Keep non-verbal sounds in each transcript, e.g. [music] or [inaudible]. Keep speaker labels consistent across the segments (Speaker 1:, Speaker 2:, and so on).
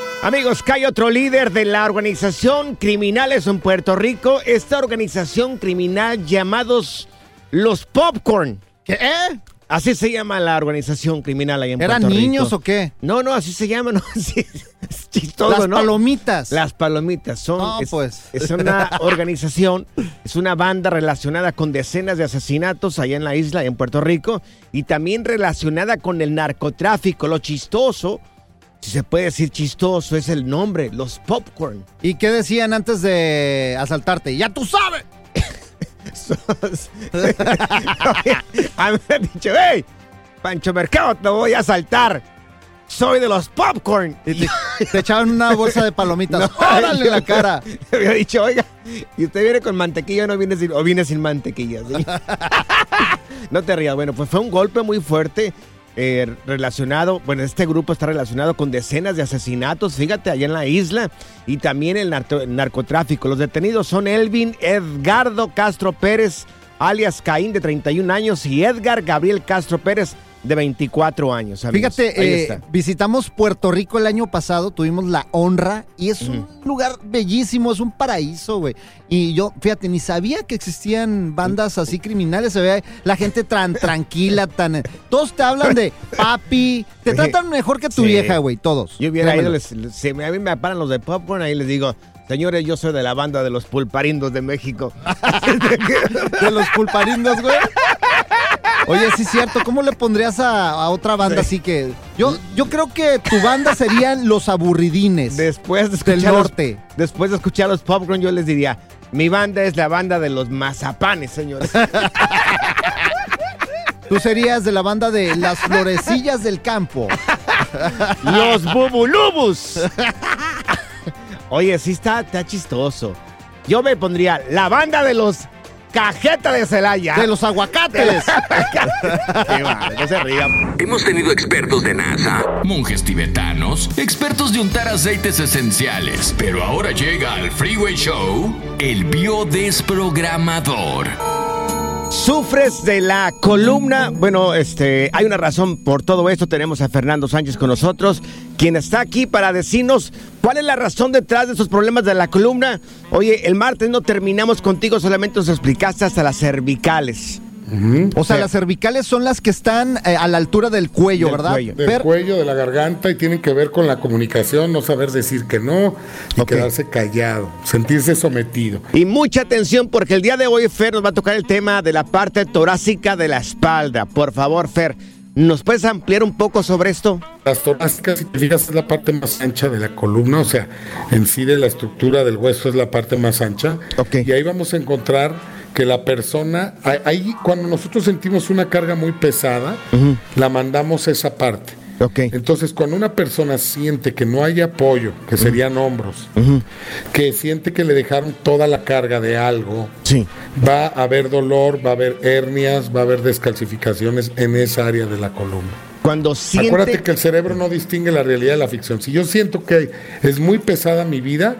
Speaker 1: [laughs] Amigos, cae otro líder de la organización criminales en Puerto Rico, esta organización criminal llamados los Popcorn.
Speaker 2: ¿Qué? ¿Eh?
Speaker 1: Así se llama la organización criminal ahí en
Speaker 2: ¿Eran
Speaker 1: Puerto Rico.
Speaker 2: niños o qué?
Speaker 1: No, no, así se llama, [laughs] no, así- es chistoso,
Speaker 2: Las
Speaker 1: ¿no?
Speaker 2: palomitas.
Speaker 1: Las palomitas son
Speaker 2: No,
Speaker 1: es,
Speaker 2: pues. [laughs]
Speaker 1: es una organización, es una banda relacionada con decenas de asesinatos allá en la isla, en Puerto Rico, y también relacionada con el narcotráfico. Lo chistoso, si se puede decir chistoso, es el nombre, los popcorn.
Speaker 2: ¿Y qué decían antes de asaltarte? ¡Ya tú sabes!
Speaker 1: [laughs] a mí me han dicho, hey, Pancho Mercado, te voy a saltar. Soy de los popcorn.
Speaker 2: Y te, te echaban una bolsa de palomitas.
Speaker 1: [laughs] No,
Speaker 2: ¡Órale
Speaker 1: [laughs] yo-
Speaker 2: la cara!
Speaker 1: Le había dicho, oiga, y usted viene con mantequilla no viene sin, o viene sin mantequilla. ¿sí? no te rías. Bueno, pues fue un golpe muy fuerte eh, relacionado, bueno, este grupo está relacionado con decenas de asesinatos, fíjate, allá en la isla, y también el, narto- el narcotráfico. Los detenidos son Elvin Edgardo Castro Pérez, alias Caín, de 31 años, y Edgar Gabriel Castro Pérez, de 24 años. amigos.
Speaker 2: Fíjate,
Speaker 1: Ahí
Speaker 2: eh,
Speaker 1: está.
Speaker 2: visitamos Puerto Rico el año pasado, tuvimos la honra y es un lugar bellísimo, es un paraíso, güey. Y yo, fíjate, ni sabía que existían bandas así criminales, se ve la gente
Speaker 1: [laughs]
Speaker 2: tan tranquila, tan... Todos te hablan de papi, te
Speaker 1: Oye,
Speaker 2: tratan mejor que tu
Speaker 1: sí.
Speaker 2: vieja,
Speaker 1: [laughs]
Speaker 2: güey, todos.
Speaker 1: Yo hubiera
Speaker 2: Créemelo.
Speaker 1: ido, les- les- si me- a mí me paran los de popcorn, ahí les digo, señores, yo soy de la banda de los pulparindos de México.
Speaker 2: De los pulparindos, güey. Oye, sí es cierto, ¿cómo le pondrías a, a otra banda así que... Yo, yo creo que tu banda serían los aburridines.
Speaker 1: Después de
Speaker 2: Del
Speaker 1: escuchar los-
Speaker 2: norte.
Speaker 1: después de escuchar los popcorn, yo les diría, mi banda es la banda de los
Speaker 2: [laughs]
Speaker 1: mazapanes, señores.
Speaker 2: Tú serías de la banda de Las Florecillas del Campo.
Speaker 1: los bubulubus. Oye, sí está, está chistoso. Yo me pondría la banda de los cajeta de Celaya.
Speaker 2: De los aguacates.
Speaker 1: Qué bárbaro, no se rían.
Speaker 3: Hemos tenido expertos de NASA,
Speaker 4: Monjes tibetanos, expertos de untar aceites esenciales. Pero ahora llega al Freeway Show, el biodesprogramador.
Speaker 1: Sufres de la columna. Bueno, este, hay una razón por todo esto. Tenemos a Fernando Sánchez con nosotros, quien está aquí para decirnos cuál es la razón detrás de estos problemas de la columna. Oye, el martes no terminamos contigo, solamente nos explicaste hasta las cervicales.
Speaker 2: O sea, las cervicales son las que están eh, a la altura del cuello,
Speaker 1: Del
Speaker 2: ¿verdad?
Speaker 1: cuello.
Speaker 5: del
Speaker 2: Fer,
Speaker 5: cuello, de la garganta y tienen que ver con la comunicación, no saber decir que no y
Speaker 2: Ok.
Speaker 5: quedarse callado, sentirse sometido.
Speaker 1: Y mucha atención porque el día de hoy Fer nos va a tocar el tema de la parte torácica de la espalda. Por favor, Fer, ¿nos puedes ampliar un poco sobre esto?
Speaker 5: Las torácicas, si te fijas, es la parte más ancha de la columna, o sea, en sí de la estructura del hueso es la parte más ancha.
Speaker 1: Ok.
Speaker 5: Y ahí vamos a encontrar que la persona, ahí- ahí cuando nosotros sentimos una carga muy pesada, la mandamos a esa parte.
Speaker 1: Ok.
Speaker 5: Entonces, cuando una persona siente que no hay apoyo, que serían hombros, que siente que le dejaron toda la carga de algo,
Speaker 1: Sí.
Speaker 5: va a haber dolor, va a haber hernias, va a haber descalcificaciones en esa área de la columna.
Speaker 1: Cuando siente...
Speaker 5: Acuérdate que el cerebro no distingue la realidad de la ficción. Si yo siento que es muy pesada mi vida,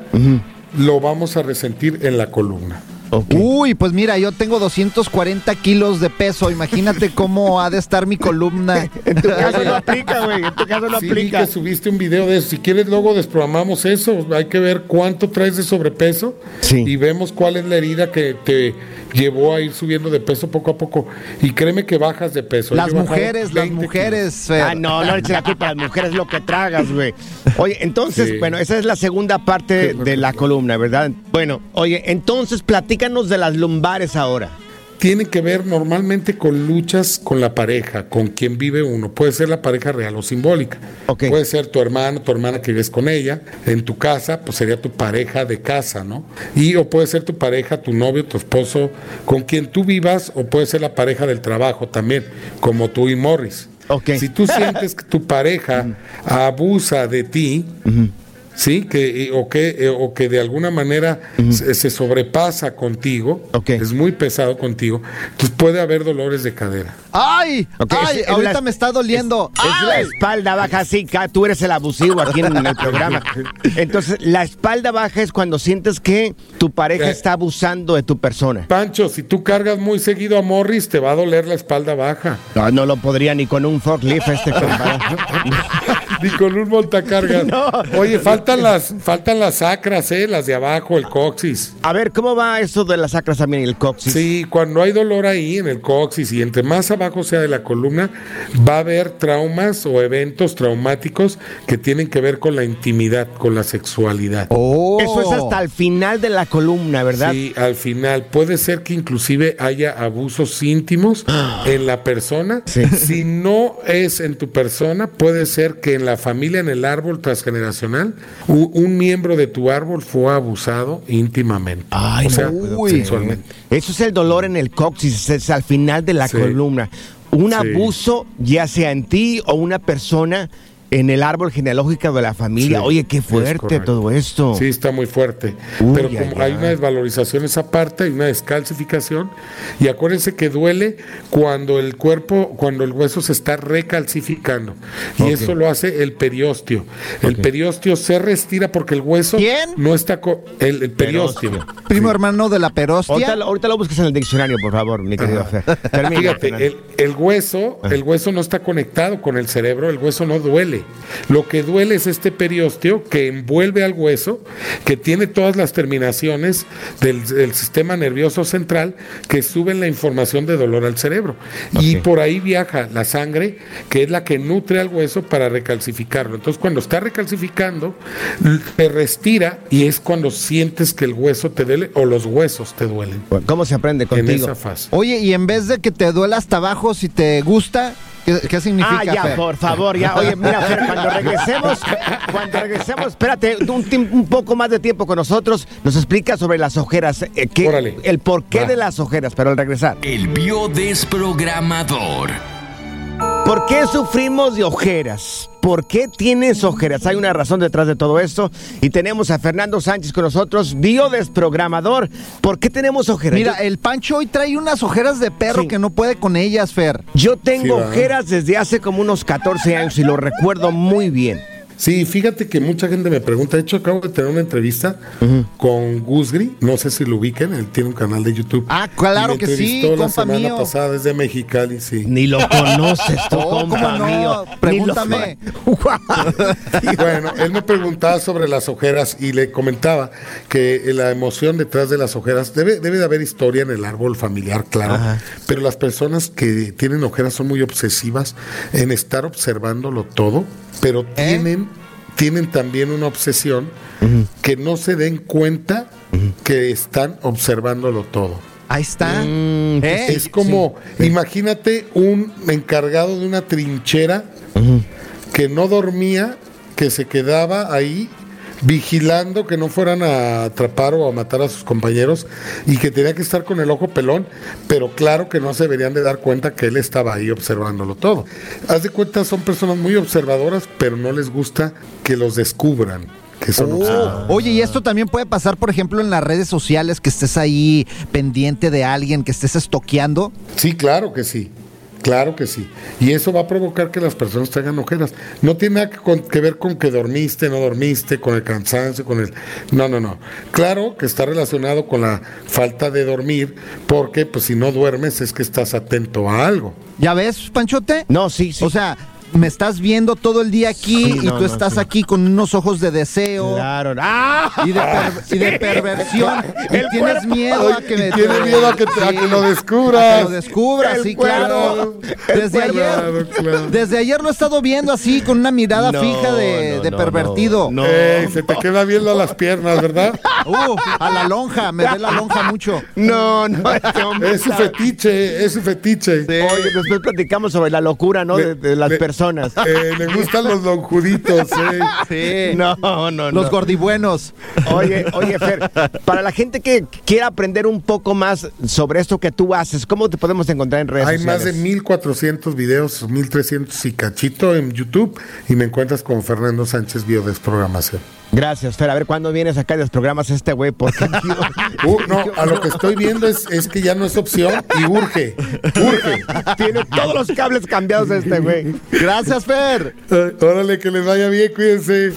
Speaker 5: lo vamos a resentir en la columna.
Speaker 1: Ok.
Speaker 2: Uy, pues mira, yo tengo 240 kilos de peso. Imagínate cómo ha de estar mi
Speaker 1: [laughs]
Speaker 2: columna.
Speaker 1: En tu caso no aplica, güey. En tu caso no
Speaker 5: Sí, vi
Speaker 1: aplica.
Speaker 5: que subiste un video de eso. Si quieres, luego desprogramamos eso. Hay que ver cuánto traes de sobrepeso
Speaker 1: Sí.
Speaker 5: y vemos cuál es la herida que te llevó a ir subiendo de peso poco a poco. Y créeme que bajas de peso.
Speaker 2: Las
Speaker 5: Yo he bajado
Speaker 2: mujeres, las
Speaker 5: 20
Speaker 2: mujeres. eh, Fer.
Speaker 1: Ah, no, no
Speaker 2: [laughs]
Speaker 1: le eches la culpa a las mujeres lo que tragas, güey. Oye, entonces,
Speaker 5: Sí.
Speaker 1: bueno, esa es la segunda parte de la columna, ¿verdad? Bueno, oye, entonces platícanos de las lumbares ahora.
Speaker 5: tiene que ver normalmente con luchas con la pareja, con quien vive uno. Puede ser la pareja real o simbólica.
Speaker 1: Ok.
Speaker 5: Puede ser tu hermano, tu hermana que vives con ella. En tu casa, pues sería tu pareja de casa, ¿no? Y o puede ser tu pareja, tu novio, tu esposo, con quien tú vivas, o puede ser la pareja del trabajo también, como tú y Morris.
Speaker 1: Ok. Mm.
Speaker 5: Si tú sientes que tu
Speaker 1: [laughs]
Speaker 5: pareja abusa de ti, ¿sí? Que, y- o, que, eh, o que de alguna manera se, se sobrepasa contigo,
Speaker 1: Ok.
Speaker 5: es muy pesado contigo, pues puede haber dolores de cadera.
Speaker 2: ¡Ay!
Speaker 1: Ok,
Speaker 2: ¡Ay!
Speaker 1: es- es
Speaker 2: ahorita
Speaker 1: la-
Speaker 2: me está doliendo.
Speaker 1: Es la
Speaker 2: ¡Ay!
Speaker 1: espalda baja, sí, ca- tú eres el abusivo aquí en el programa. Entonces, la espalda baja es cuando sientes que tu pareja
Speaker 5: Eh.
Speaker 1: está abusando de tu persona.
Speaker 5: Pancho, si tú cargas muy seguido a Morris, te va a doler la espalda baja.
Speaker 1: No, no lo podría ni con un forklift
Speaker 2: [laughs]
Speaker 1: este compadre.
Speaker 5: [laughs] Ni con
Speaker 1: [laughs]
Speaker 5: un montacargas. Oye, faltan las, faltan las sacras, ¿eh? Las de abajo, el coxis.
Speaker 1: A ver, ¿cómo va eso de las sacras también y el coxis?
Speaker 5: Sí, cuando hay dolor ahí en el coxis y entre más abajo sea de la columna, va a haber traumas o eventos traumáticos que tienen que ver con la intimidad, con la sexualidad.
Speaker 1: Eso es hasta el final de la columna, ¿verdad?
Speaker 5: Sí, al final puede ser que inclusive haya abusos
Speaker 1: [gasps]
Speaker 5: íntimos en la persona. Si no es en tu persona, puede ser que en la familia, en el árbol transgeneracional, u- un miembro de tu árbol fue abusado íntimamente.
Speaker 1: Ay,
Speaker 5: o sea,
Speaker 1: no puedo creer.
Speaker 5: sexualmente.
Speaker 1: Eso es el dolor en el coxis, es al final de la
Speaker 5: Sí.
Speaker 1: columna. Un
Speaker 5: Sí.
Speaker 1: abuso, ya sea en ti o una persona en el árbol genealógico de la familia.
Speaker 5: Sí,
Speaker 1: Oye, qué
Speaker 5: es
Speaker 1: fuerte
Speaker 5: correcto.
Speaker 1: todo esto.
Speaker 5: Sí, está muy fuerte.
Speaker 1: Uy,
Speaker 5: Pero
Speaker 1: ay,
Speaker 5: como
Speaker 1: ay.
Speaker 5: hay una desvalorización esa parte, hay una descalcificación. Y acuérdense que duele cuando el cuerpo, cuando el hueso se está recalcificando. Y eso lo hace el periósteo. El periósteo se restira porque el hueso
Speaker 2: ¿Quién?
Speaker 5: no está co- el, el periósteo.
Speaker 2: Primo hermano de la
Speaker 1: Ahorita,
Speaker 2: perostia.
Speaker 1: lo- ahorita lo busques en el diccionario, por favor, mi querido Fer. [laughs] Termina,
Speaker 5: Fíjate,
Speaker 1: Fernando.
Speaker 5: el, el hueso,
Speaker 1: Ah.
Speaker 5: el hueso no está conectado con el cerebro, el hueso no duele. Lo que duele es este periósteo que envuelve al hueso, que tiene todas las terminaciones del, del sistema nervioso central que suben la información de dolor al cerebro. Y por ahí viaja la sangre, que es la que nutre al hueso para recalcificarlo. Entonces, cuando está recalcificando, l- te respira y es cuando sientes que el hueso te duele o los huesos te duelen.
Speaker 1: ¿Cómo se aprende contigo?
Speaker 5: En esa fase.
Speaker 2: Oye, y en vez de que te duela hasta abajo, si te gusta, ¿qué, qué significa?
Speaker 1: Ah, ya,
Speaker 2: Fer?
Speaker 1: por favor, ya. Oye, mira, Fer, cuando regresemos, cuando regresemos, espérate, un, tim- un poco más de tiempo con nosotros, nos explica sobre las ojeras, eh, qué-
Speaker 5: Órale.
Speaker 1: el porqué
Speaker 5: Va.
Speaker 1: de las ojeras, pero al regresar.
Speaker 4: El biodesprogramador.
Speaker 1: ¿Por qué sufrimos de ojeras? ¿Por qué tienes ojeras? Hay una razón detrás de todo esto y tenemos a Fernando Sánchez con nosotros, biodesprogramador. ¿Por qué tenemos ojeras?
Speaker 2: Mira,
Speaker 1: yo,
Speaker 2: el Pancho hoy trae unas ojeras de perro
Speaker 1: Sí.
Speaker 2: que no puede con ellas, Fer.
Speaker 1: yo tengo
Speaker 5: Sí, va.
Speaker 1: ojeras desde hace como unos 14 años y lo recuerdo muy bien.
Speaker 5: Sí, fíjate que mucha gente me pregunta. De hecho, acabo de tener una entrevista con Guzgri. No sé si lo ubiquen. Él tiene un canal de YouTube.
Speaker 2: Ah, claro
Speaker 5: Y me
Speaker 2: que sí,
Speaker 5: entrevistó la
Speaker 2: compa
Speaker 5: semana
Speaker 2: mío.
Speaker 5: pasada desde Mexicali, sí.
Speaker 1: Ni
Speaker 5: [laughs]
Speaker 1: lo conoces tú,
Speaker 2: Oh,
Speaker 1: compa
Speaker 2: ¿cómo no?
Speaker 1: mío.
Speaker 2: Pregúntame.
Speaker 1: Ni lo-
Speaker 5: Y bueno, él me preguntaba sobre las ojeras y le comentaba que eh, la emoción detrás de las ojeras debe, debe de haber historia en el árbol familiar, claro. Pero las personas que tienen ojeras son muy obsesivas en estar observándolo todo, pero tienen, tienen también una obsesión que no se den cuenta que están observándolo todo.
Speaker 2: Ahí está.
Speaker 1: Mm,
Speaker 2: ¿Eh?
Speaker 1: pues
Speaker 5: Es como, imagínate un encargado de una trinchera que no dormía, que se quedaba ahí vigilando que no fueran a atrapar o a matar a sus compañeros y que tenía que estar con el ojo pelón, pero claro que no se deberían de dar cuenta que él estaba ahí observándolo todo. Haz de cuenta, son personas muy observadoras, pero no les gusta que los descubran, que
Speaker 2: Oh.
Speaker 5: son observadores.
Speaker 2: Oye, y esto también puede pasar, por ejemplo, en las redes sociales, que estés ahí pendiente de alguien, que estés estoqueando.
Speaker 5: Sí, claro que sí. Claro que sí. Y eso va a provocar que las personas tengan ojeras. No tiene nada que, con- que ver con que dormiste, no dormiste, con el cansancio, con el... No, no, no. Claro que está relacionado con la falta de dormir, porque pues si no duermes es que estás atento a algo.
Speaker 2: ¿Ya ves, Panchote? Ah,
Speaker 1: No, sí, sí.
Speaker 2: O sea, me estás viendo todo el día aquí
Speaker 1: Sí,
Speaker 2: y
Speaker 1: no,
Speaker 2: tú
Speaker 1: no,
Speaker 2: estás
Speaker 1: sí.
Speaker 2: aquí con unos ojos de deseo.
Speaker 1: Claro. ¡Ah!
Speaker 2: Y de, per- y
Speaker 1: [laughs]
Speaker 2: de perversión. y tienes miedo a que
Speaker 5: Y tienes miedo a que te- a que lo descubras.
Speaker 2: A que lo descubras,
Speaker 1: El
Speaker 2: sí,
Speaker 1: cuervo.
Speaker 2: claro. Desde
Speaker 5: cuervo.
Speaker 2: ayer,
Speaker 5: Claro, claro.
Speaker 2: desde ayer lo he estado viendo así, con una mirada
Speaker 1: No,
Speaker 2: fija de,
Speaker 1: no,
Speaker 2: de
Speaker 1: no, [laughs]
Speaker 2: pervertido.
Speaker 1: no, no.
Speaker 5: Ey, se te queda viendo las piernas, ¿verdad?
Speaker 2: Uh, a la lonja, me ve la lonja mucho.
Speaker 1: No, no, este hombre.
Speaker 5: [laughs] Es su
Speaker 1: está-
Speaker 5: fetiche, es su fetiche.
Speaker 1: Oye, pues después platicamos sobre la locura, ¿no? De, de las
Speaker 5: Le-
Speaker 1: personas.
Speaker 5: [laughs] Eh, le gustan los lonjuditos, ¿eh?
Speaker 2: [laughs] Sí.
Speaker 1: No, no, no.
Speaker 2: Los gordibuenos.
Speaker 1: Oye, oye, Fer, [laughs] para la gente que quiera aprender un poco más sobre esto que tú haces, ¿cómo te podemos encontrar en redes
Speaker 5: Hay
Speaker 1: sociales?
Speaker 5: más de 1400 videos, 1300 y cachito en YouTube y me encuentras con Fernando Sánchez Biodesprogramación.
Speaker 1: Gracias, Fer. A ver, ¿cuándo vienes acá y desprogramas a este güey? Porque yo-
Speaker 5: Uh, [laughs] no, a lo que estoy viendo es, es que ya no es opción y urge, urge.
Speaker 1: tiene todos los cables cambiados este güey.
Speaker 2: Gracias, Fer.
Speaker 5: Eh, Órale, que les vaya bien, cuídense.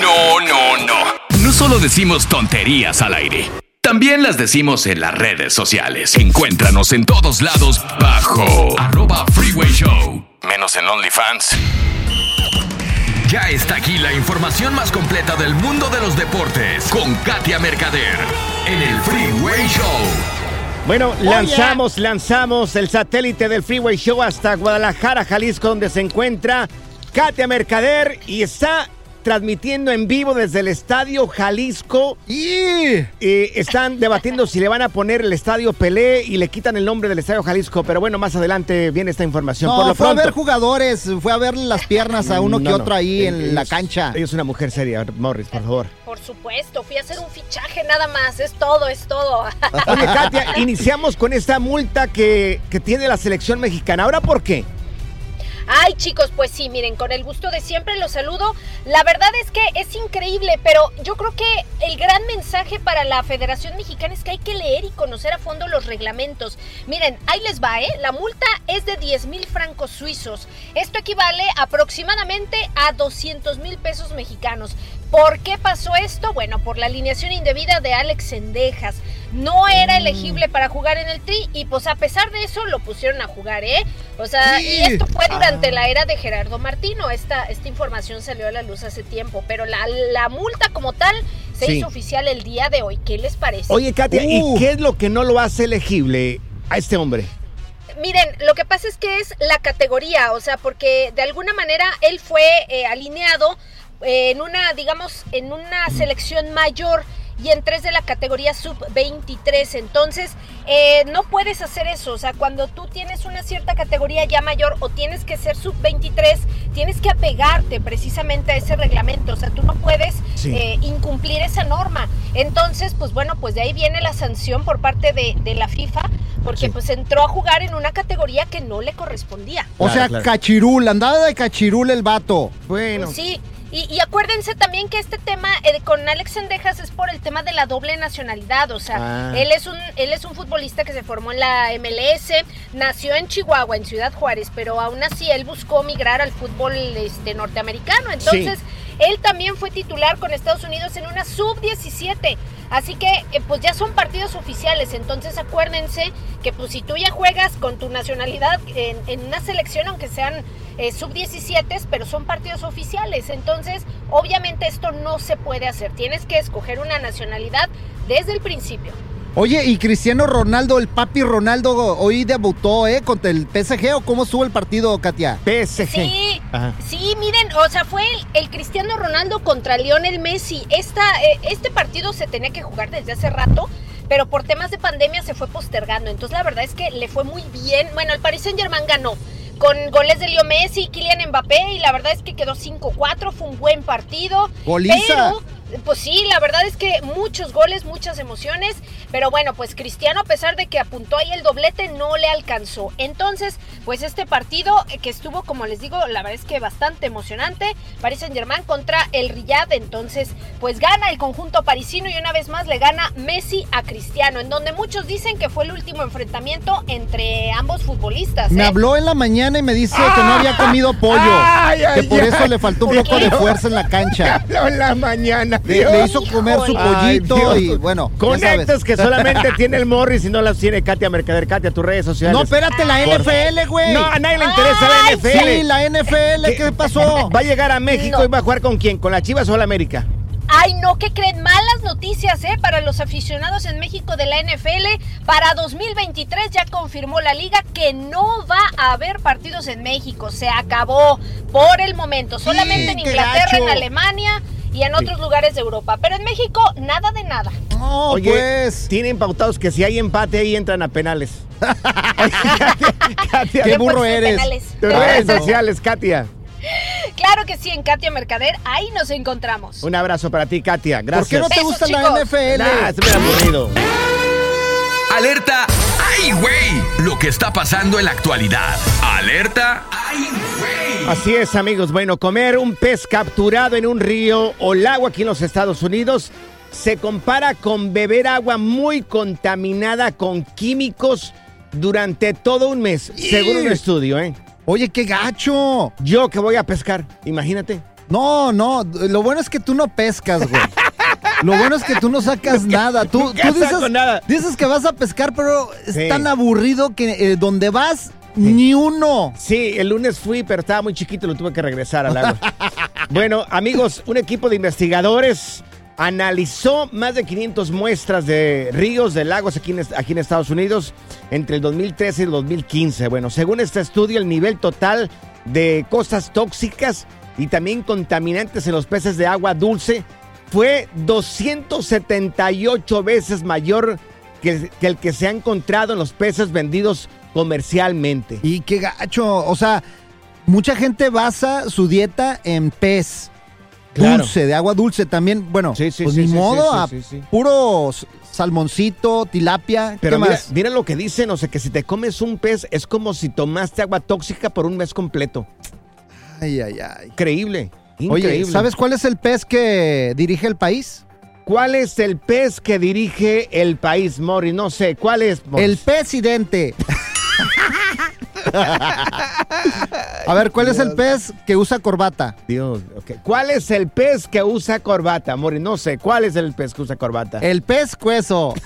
Speaker 4: No, no, no. No solo decimos tonterías al aire. También las decimos en las redes sociales. Encuéntranos en todos lados bajo arroba Freeway Show. Menos en OnlyFans. Ya está aquí la información más completa del mundo de los deportes con Katia Mercader en el Freeway Show.
Speaker 1: Bueno, lanzamos, lanzamos el satélite del Freeway Show hasta Guadalajara, Jalisco, donde se encuentra Katia Mercader y está transmitiendo en vivo desde el Estadio Jalisco.
Speaker 2: Y
Speaker 1: Eh, están debatiendo si le van a poner el Estadio Pelé y le quitan el nombre del Estadio Jalisco, pero bueno, más adelante viene esta información.
Speaker 2: no,
Speaker 1: Por lo
Speaker 2: fue a ver
Speaker 1: pronto,
Speaker 2: jugadores, fue a ver las piernas a uno
Speaker 1: No,
Speaker 2: que
Speaker 1: no.
Speaker 2: otro ahí
Speaker 1: Eh,
Speaker 2: en
Speaker 1: ellos-
Speaker 2: la cancha.
Speaker 1: Ella es una mujer seria, Morris, por favor.
Speaker 6: Por supuesto, fui a hacer un fichaje nada más, es todo, es todo.
Speaker 1: Oye, Katia, iniciamos con esta multa que, que tiene la selección mexicana. ¿Ahora por qué?
Speaker 6: Ay chicos, pues sí, miren, con el gusto de siempre los saludo. La verdad es que es increíble, pero yo creo que el gran mensaje para la Federación Mexicana es que hay que leer y conocer a fondo los reglamentos. Miren, ahí les va, ¿eh? La multa es de 10 mil francos suizos. Esto equivale aproximadamente a 200 mil pesos mexicanos. ¿Por qué pasó esto? Bueno, por la alineación indebida de Alex Sendejas. No era elegible para jugar en el Tri y pues a pesar de eso lo pusieron a jugar, ¿eh? O sea, y esto fue durante la era de Gerardo Martino. Esta, esta información salió a la luz hace tiempo, pero la, la multa como tal se
Speaker 1: Sí.
Speaker 6: hizo oficial el día de hoy. ¿Qué les parece?
Speaker 1: Oye, Katia,
Speaker 2: Uh.
Speaker 1: ¿y qué es lo que no lo hace elegible a este hombre?
Speaker 6: Miren, lo que pasa es que es la categoría, o sea, porque de alguna manera él fue eh, alineado eh, en una, digamos, en una selección mayor y en tres de la categoría sub-23. Entonces, eh, no puedes hacer eso. O sea, cuando tú tienes una cierta categoría ya mayor o tienes que ser sub-23, tienes que apegarte precisamente a ese reglamento. O sea, tú no puedes
Speaker 1: Sí.
Speaker 6: eh, incumplir esa norma. Entonces, pues bueno, pues de ahí viene la sanción por parte de, de la FIFA, porque pues entró a jugar en una categoría que no le correspondía.
Speaker 2: O
Speaker 1: Claro,
Speaker 2: sea,
Speaker 1: claro.
Speaker 2: cachirul, andaba de cachirul el vato.
Speaker 1: Bueno,
Speaker 6: Pues sí. Y, y acuérdense también que este tema eh, con Alex Sendejas es por el tema de la doble nacionalidad, o sea,
Speaker 1: Ah.
Speaker 6: él es un él es un futbolista que se formó en la MLS, nació en Chihuahua, en Ciudad Juárez, pero aún así él buscó migrar al fútbol este norteamericano, entonces él también fue titular con Estados Unidos en una sub 17. Así que eh, pues ya son partidos oficiales, entonces acuérdense que pues si tú ya juegas con tu nacionalidad en, en una selección, aunque sean eh, sub-17, pero son partidos oficiales, entonces obviamente esto no se puede hacer, tienes que escoger una nacionalidad desde el principio.
Speaker 2: Oye, y Cristiano Ronaldo, el papi Ronaldo, hoy debutó, ¿eh? Contra el PSG, ¿o cómo estuvo el partido, Katia?
Speaker 1: PSG.
Speaker 6: Sí,
Speaker 1: Ajá.
Speaker 6: sí, miren, o sea, fue el, el Cristiano Ronaldo contra Lionel Messi. Esta, eh, este partido se tenía que jugar desde hace rato, pero por temas de pandemia se fue postergando. Entonces, la verdad es que le fue muy bien. Bueno, el Paris Saint-Germain ganó con goles de Leo Messi y Kylian Mbappé, y la verdad es que quedó 5-4, fue un buen partido.
Speaker 2: Goliza.
Speaker 6: Pero, pues sí, la verdad es que muchos goles, muchas emociones, pero bueno, pues Cristiano a pesar de que apuntó ahí el doblete no le alcanzó. Entonces, pues este partido eh, que estuvo, como les digo, la verdad es que bastante emocionante, Paris Saint-Germain contra el Riyadh, entonces, pues gana el conjunto parisino y una vez más le gana Messi a Cristiano, en donde muchos dicen que fue el último enfrentamiento entre ambos futbolistas.
Speaker 2: Me
Speaker 6: ¿eh?
Speaker 2: habló en la mañana y me dice que no había comido pollo.
Speaker 1: Ah, Ay, ay,
Speaker 2: que por
Speaker 1: ay.
Speaker 2: eso le faltó un
Speaker 6: ¿Por
Speaker 2: poco
Speaker 6: qué?
Speaker 2: de fuerza en la cancha.
Speaker 1: Habló en la mañana.
Speaker 2: Le,
Speaker 1: Dios.
Speaker 2: le hizo comer su
Speaker 1: Ay,
Speaker 2: pollito
Speaker 1: Dios.
Speaker 2: y bueno. ya
Speaker 1: Conectos
Speaker 2: sabes. [laughs]
Speaker 1: que solamente tiene el Morris y no las tiene Katia Mercader. Katia, tus redes sociales.
Speaker 2: No, espérate, la NFL, güey.
Speaker 1: No, a nadie le interesa
Speaker 2: Ay,
Speaker 1: la NFL.
Speaker 2: Sí, la NFL, ¿qué, pasó?
Speaker 1: Va a llegar a México
Speaker 6: No.
Speaker 1: y va a jugar con quién, con la Chivas o la América.
Speaker 6: Ay, no, que creen? Malas noticias, ¿eh? Para los aficionados en México de la NFL. Para 2023 ya confirmó la liga que no va a haber partidos en México. Se acabó por el momento. Solamente en
Speaker 1: qué
Speaker 6: Inglaterra,
Speaker 1: gacho.
Speaker 6: en Alemania y en otros lugares de Europa. Pero en México, nada de nada. [laughs]
Speaker 2: No, pues.
Speaker 1: tienen pautados que si hay empate ahí entran a
Speaker 2: [laughs]
Speaker 1: penales. Oye, Katia, Katia,
Speaker 2: Qué
Speaker 6: Ya
Speaker 2: burro
Speaker 6: por sí,
Speaker 2: eres.
Speaker 6: penales.
Speaker 1: tus
Speaker 2: Ay,
Speaker 1: redes
Speaker 2: no.
Speaker 1: sociales, Katia.
Speaker 6: Claro que sí, en Katia Mercader. Ahí nos encontramos.
Speaker 1: Un abrazo para ti, Katia.
Speaker 2: ¿Por qué
Speaker 1: Gracias.
Speaker 2: no te
Speaker 6: Besos,
Speaker 2: gusta
Speaker 6: chicos.
Speaker 2: la NFL?
Speaker 1: Nah, Ah, se me ha aburrido.
Speaker 4: Alerta, ay güey, lo que está pasando en la actualidad. Alerta, ay güey.
Speaker 1: Así es, amigos. Bueno, comer un pez capturado en un río o lago aquí en los Estados Unidos se compara con beber agua muy contaminada con químicos durante todo un mes, según un estudio, ¿eh?
Speaker 2: Oye, qué gacho.
Speaker 1: Yo que voy a pescar, imagínate.
Speaker 2: No, no, lo bueno es que tú no pescas, güey. Lo bueno es que tú no sacas nada. Tú,
Speaker 1: [laughs] nunca
Speaker 2: tú dices,
Speaker 1: saco nada.
Speaker 2: dices que vas a pescar, pero es
Speaker 1: Sí.
Speaker 2: tan aburrido que eh, donde vas, ni uno.
Speaker 1: Sí, el lunes fui, pero estaba muy chiquito y lo tuve que regresar
Speaker 2: [laughs]
Speaker 1: al lago. bueno, amigos, un equipo de investigadores analizó más de 500 muestras de ríos, de lagos aquí en, est- aquí en Estados Unidos entre el 2013 y el 2015. Bueno, según este estudio, el nivel total de cosas tóxicas y también contaminantes en los peces de agua dulce fue 278 veces mayor que- que el que se ha encontrado en los peces vendidos comercialmente.
Speaker 2: Y qué gacho. O sea, mucha gente basa su dieta en pez.
Speaker 1: Claro.
Speaker 2: Dulce, de agua dulce también. Bueno,
Speaker 1: Sí, sí,
Speaker 2: pues
Speaker 1: sí,
Speaker 2: ni
Speaker 1: sí,
Speaker 2: modo,
Speaker 1: sí,
Speaker 2: a
Speaker 1: sí, sí, sí.
Speaker 2: puro s- salmoncito, tilapia,
Speaker 1: Pero
Speaker 2: ¿qué
Speaker 1: mira,
Speaker 2: más?
Speaker 1: mira lo que dicen, o sea, que si te comes un pez es como si tomaste agua tóxica por un mes completo.
Speaker 2: Ay, ay, ay.
Speaker 1: Increíble.
Speaker 2: Oye,
Speaker 1: increíble.
Speaker 2: ¿sabes cuál es el pez que dirige el país?
Speaker 1: cuál es el pez que dirige el país, Mori? No sé, ¿cuál es? Morris?
Speaker 2: El
Speaker 1: [laughs]
Speaker 2: presidente. A ver, ¿cuál es el pez que usa corbata?
Speaker 1: Dios, ok. ¿Cuál es el pez que usa corbata, Mori? No sé, ¿cuál es el pez que usa corbata?
Speaker 2: El pez cueso.
Speaker 1: [laughs]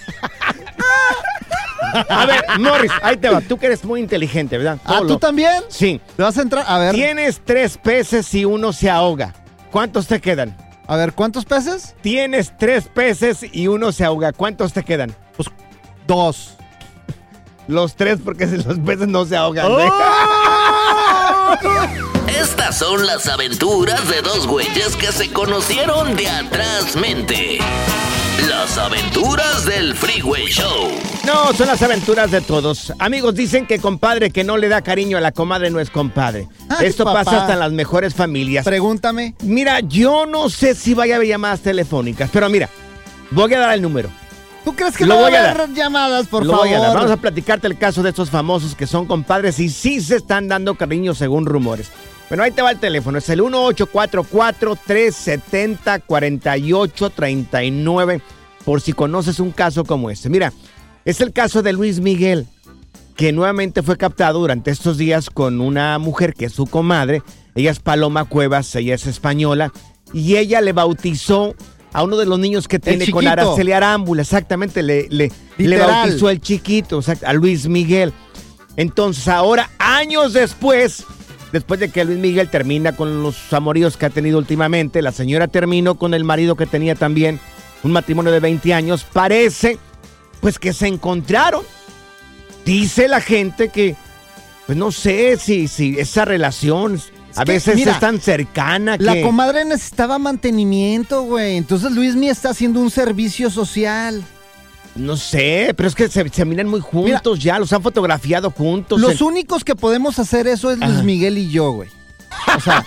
Speaker 1: A ver, Morris, Pues, ahí te va. Tú que eres muy inteligente, ¿verdad?
Speaker 2: ¿Ah,
Speaker 1: Todo
Speaker 2: tú
Speaker 1: lo-
Speaker 2: también?
Speaker 1: Sí.
Speaker 2: ¿Te vas a entrar? A ver,
Speaker 1: Tienes tres peces y uno se ahoga. ¿Cuántos te quedan?
Speaker 2: a ver, ¿cuántos peces?
Speaker 1: Tienes tres peces y uno se ahoga. ¿Cuántos te quedan?
Speaker 2: Pues, Dos.
Speaker 1: Los tres, porque [laughs] si los peces no se ahogan. ¿eh?
Speaker 2: ¡Oh!
Speaker 7: Estas son las aventuras de dos güeyes que se conocieron de atrás mente. Las aventuras del Freeway Show.
Speaker 1: No, son las aventuras de todos. Amigos, dicen que compadre que no le da cariño a la comadre no es compadre.
Speaker 2: Ay,
Speaker 1: Esto
Speaker 2: papá.
Speaker 1: pasa hasta en las mejores familias.
Speaker 2: Pregúntame.
Speaker 1: Mira, yo no sé si vaya a haber llamadas telefónicas, pero mira, voy a dar el número.
Speaker 2: ¿Tú crees que
Speaker 1: Lo
Speaker 2: no va
Speaker 1: voy a
Speaker 2: a haber
Speaker 1: dar.
Speaker 2: llamadas, por
Speaker 1: Lo
Speaker 2: favor?
Speaker 1: voy a dar. Vamos a platicarte el caso de estos famosos que son compadres y sí se están dando cariño según rumores. Bueno, ahí te va el teléfono. Es el 1844-370-4839 por si conoces un caso como este. Mira, es el caso de Luis Miguel, que nuevamente fue captado durante estos días con una mujer que es su comadre. Ella es Paloma Cuevas, ella es española y ella le bautizó a uno de los niños que tiene con
Speaker 2: chiquito.
Speaker 1: Araceli Arámbula, exactamente, le, le, le
Speaker 2: Literal.
Speaker 1: bautizó al chiquito, o sea, a Luis Miguel. Entonces ahora, años después, después de que Luis Miguel termina con los amoríos que ha tenido últimamente, la señora terminó con el marido que tenía también, un matrimonio de 20 años, parece pues que se encontraron. Dice la gente que, pues no sé si, si esa relación a
Speaker 2: que,
Speaker 1: veces
Speaker 2: mira,
Speaker 1: es tan cercana que...
Speaker 2: La comadre necesitaba mantenimiento, güey. Entonces Luismi está haciendo un servicio social.
Speaker 1: No sé, pero es que se, se miran muy juntos ya, los han fotografiado juntos.
Speaker 2: Los
Speaker 1: El-
Speaker 2: únicos que podemos hacer eso es Luis
Speaker 1: Ajá.
Speaker 2: Miguel y yo, güey. O
Speaker 1: [laughs]
Speaker 2: sea,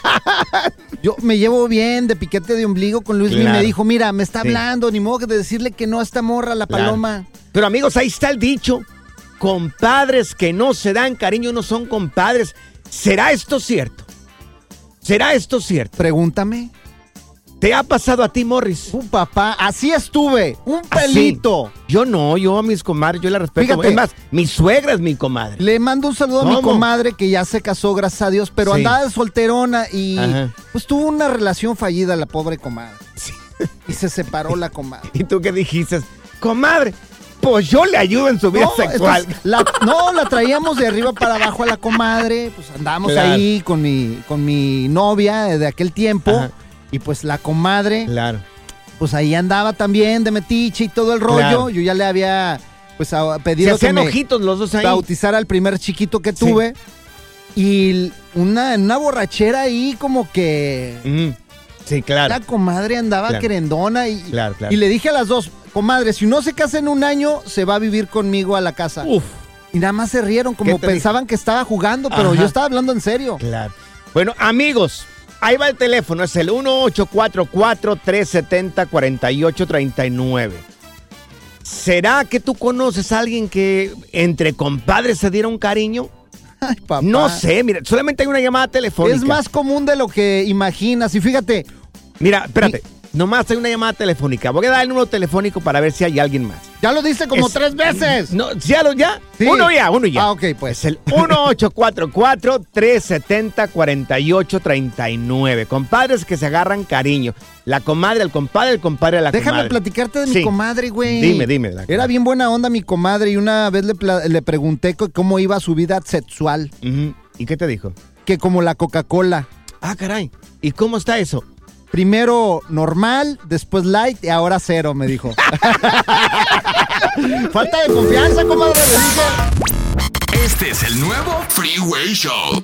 Speaker 2: yo me llevo bien de piquete de ombligo con Luis y
Speaker 1: Claro.
Speaker 2: me dijo, mira, me está
Speaker 1: Sí.
Speaker 2: hablando, ni modo que de decirle que no a esta morra, la
Speaker 1: Claro.
Speaker 2: paloma.
Speaker 1: Pero amigos, ahí está el dicho. Compadres que no se dan cariño no son compadres. ¿Será esto cierto? ¿Será esto cierto?
Speaker 2: Pregúntame.
Speaker 1: ¿Te ha pasado a ti, Morris?
Speaker 2: Un papá, así estuve, un
Speaker 1: Así.
Speaker 2: pelito.
Speaker 1: Yo no, yo a mis comadres, yo la respeto.
Speaker 2: Fíjate.
Speaker 1: Es más, mi suegra es mi
Speaker 2: [laughs]
Speaker 1: comadre.
Speaker 2: Le mando un saludo a mi
Speaker 1: ¿Cómo?
Speaker 2: comadre que ya se casó, gracias a Dios, pero
Speaker 1: Sí.
Speaker 2: andaba de solterona y
Speaker 1: Ajá.
Speaker 2: pues tuvo una relación fallida la pobre comadre. Y se separó la comadre.
Speaker 1: ¿Y tú qué dijiste? Comadre, pues yo le ayudo en [laughs] su vida
Speaker 2: No,
Speaker 1: sexual.
Speaker 2: entonces, la, no, la traíamos de arriba para abajo a la comadre, pues andábamos
Speaker 1: Claro.
Speaker 2: ahí con mi, con mi novia de aquel tiempo.
Speaker 1: Ajá.
Speaker 2: Y pues la comadre,
Speaker 1: Claro.
Speaker 2: pues ahí andaba también de metiche y todo el rollo.
Speaker 1: Claro.
Speaker 2: Yo ya le había pues a-
Speaker 1: Se
Speaker 2: pedido que
Speaker 1: hacían
Speaker 2: me-
Speaker 1: ojitos los dos ahí.
Speaker 2: bautizar al primer chiquito que
Speaker 1: Sí.
Speaker 2: tuve. Y l- una, una borrachera ahí como que
Speaker 1: Mm, Sí, claro.
Speaker 2: la comadre andaba
Speaker 1: Claro.
Speaker 2: querendona y,
Speaker 1: Claro, claro.
Speaker 2: y le dije a las dos, comadre, si no se casa en un año, se va a vivir conmigo a la casa.
Speaker 1: Uf.
Speaker 2: Y nada más se rieron, como
Speaker 1: te dije?
Speaker 2: pensaban que estaba jugando, pero
Speaker 1: Ajá.
Speaker 2: yo estaba hablando en serio.
Speaker 1: Claro. Bueno, amigos, ahí va el teléfono, es el 1844-370-4839. ¿Será que tú conoces a alguien que entre compadres se diera un cariño?
Speaker 2: [laughs] Ay, papá.
Speaker 1: No sé, mira, solamente hay una llamada telefónica.
Speaker 2: Es más común de lo que imaginas. Y fíjate,
Speaker 1: Mira, espérate, nomás hay una llamada telefónica. Voy a dar el número telefónico para ver si hay alguien más.
Speaker 2: ya lo diste como
Speaker 1: Es-
Speaker 2: tres veces.
Speaker 1: No, ¿Ya lo ya?
Speaker 2: Sí.
Speaker 1: Uno ya, uno ya.
Speaker 2: Ah, ok, pues.
Speaker 1: Es el 1844-370-4839. Compadres que se agarran cariño. La comadre, el compadre, el compadre, a la
Speaker 2: Déjame
Speaker 1: comadre.
Speaker 2: platicarte de mi
Speaker 1: Sí.
Speaker 2: comadre, güey.
Speaker 1: Dime, dime, la
Speaker 2: Era
Speaker 1: comadre.
Speaker 2: bien buena onda mi comadre y una vez le, pla- le pregunté co- cómo iba su vida sexual,
Speaker 1: Ujú. ¿Y qué te dijo?
Speaker 2: que como la Coca-Cola.
Speaker 1: Ah, caray. ¿Y cómo está eso?
Speaker 2: Primero normal, después light y ahora cero, me
Speaker 1: [laughs]
Speaker 2: dijo. Falta de confianza, comadre, le dije.
Speaker 4: Este es el nuevo Freeway Show.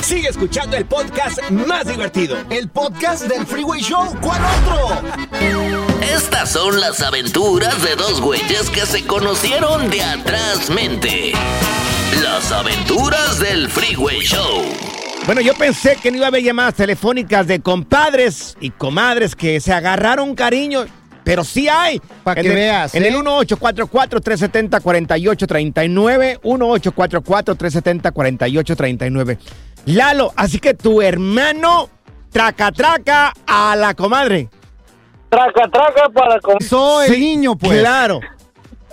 Speaker 1: Sigue escuchando el podcast más divertido.
Speaker 2: El podcast del Freeway Show, ¿cuál otro?
Speaker 7: Estas son las aventuras de dos güeyes que se conocieron de atrás mente. Las aventuras del Freeway Show.
Speaker 1: Bueno, yo pensé que no iba a haber llamadas telefónicas de compadres y comadres que se agarraron cariño, pero sí hay.
Speaker 2: Pa'
Speaker 1: En
Speaker 2: que
Speaker 1: el-
Speaker 2: veas,
Speaker 1: En
Speaker 2: ¿eh?
Speaker 1: el 1844-370-4839, 1844-370-4839. Lalo, así que tu hermano traca traca a la comadre.
Speaker 3: Traca, traca para con...
Speaker 2: Soy
Speaker 1: Sí,
Speaker 2: el niño, pues.
Speaker 1: Claro.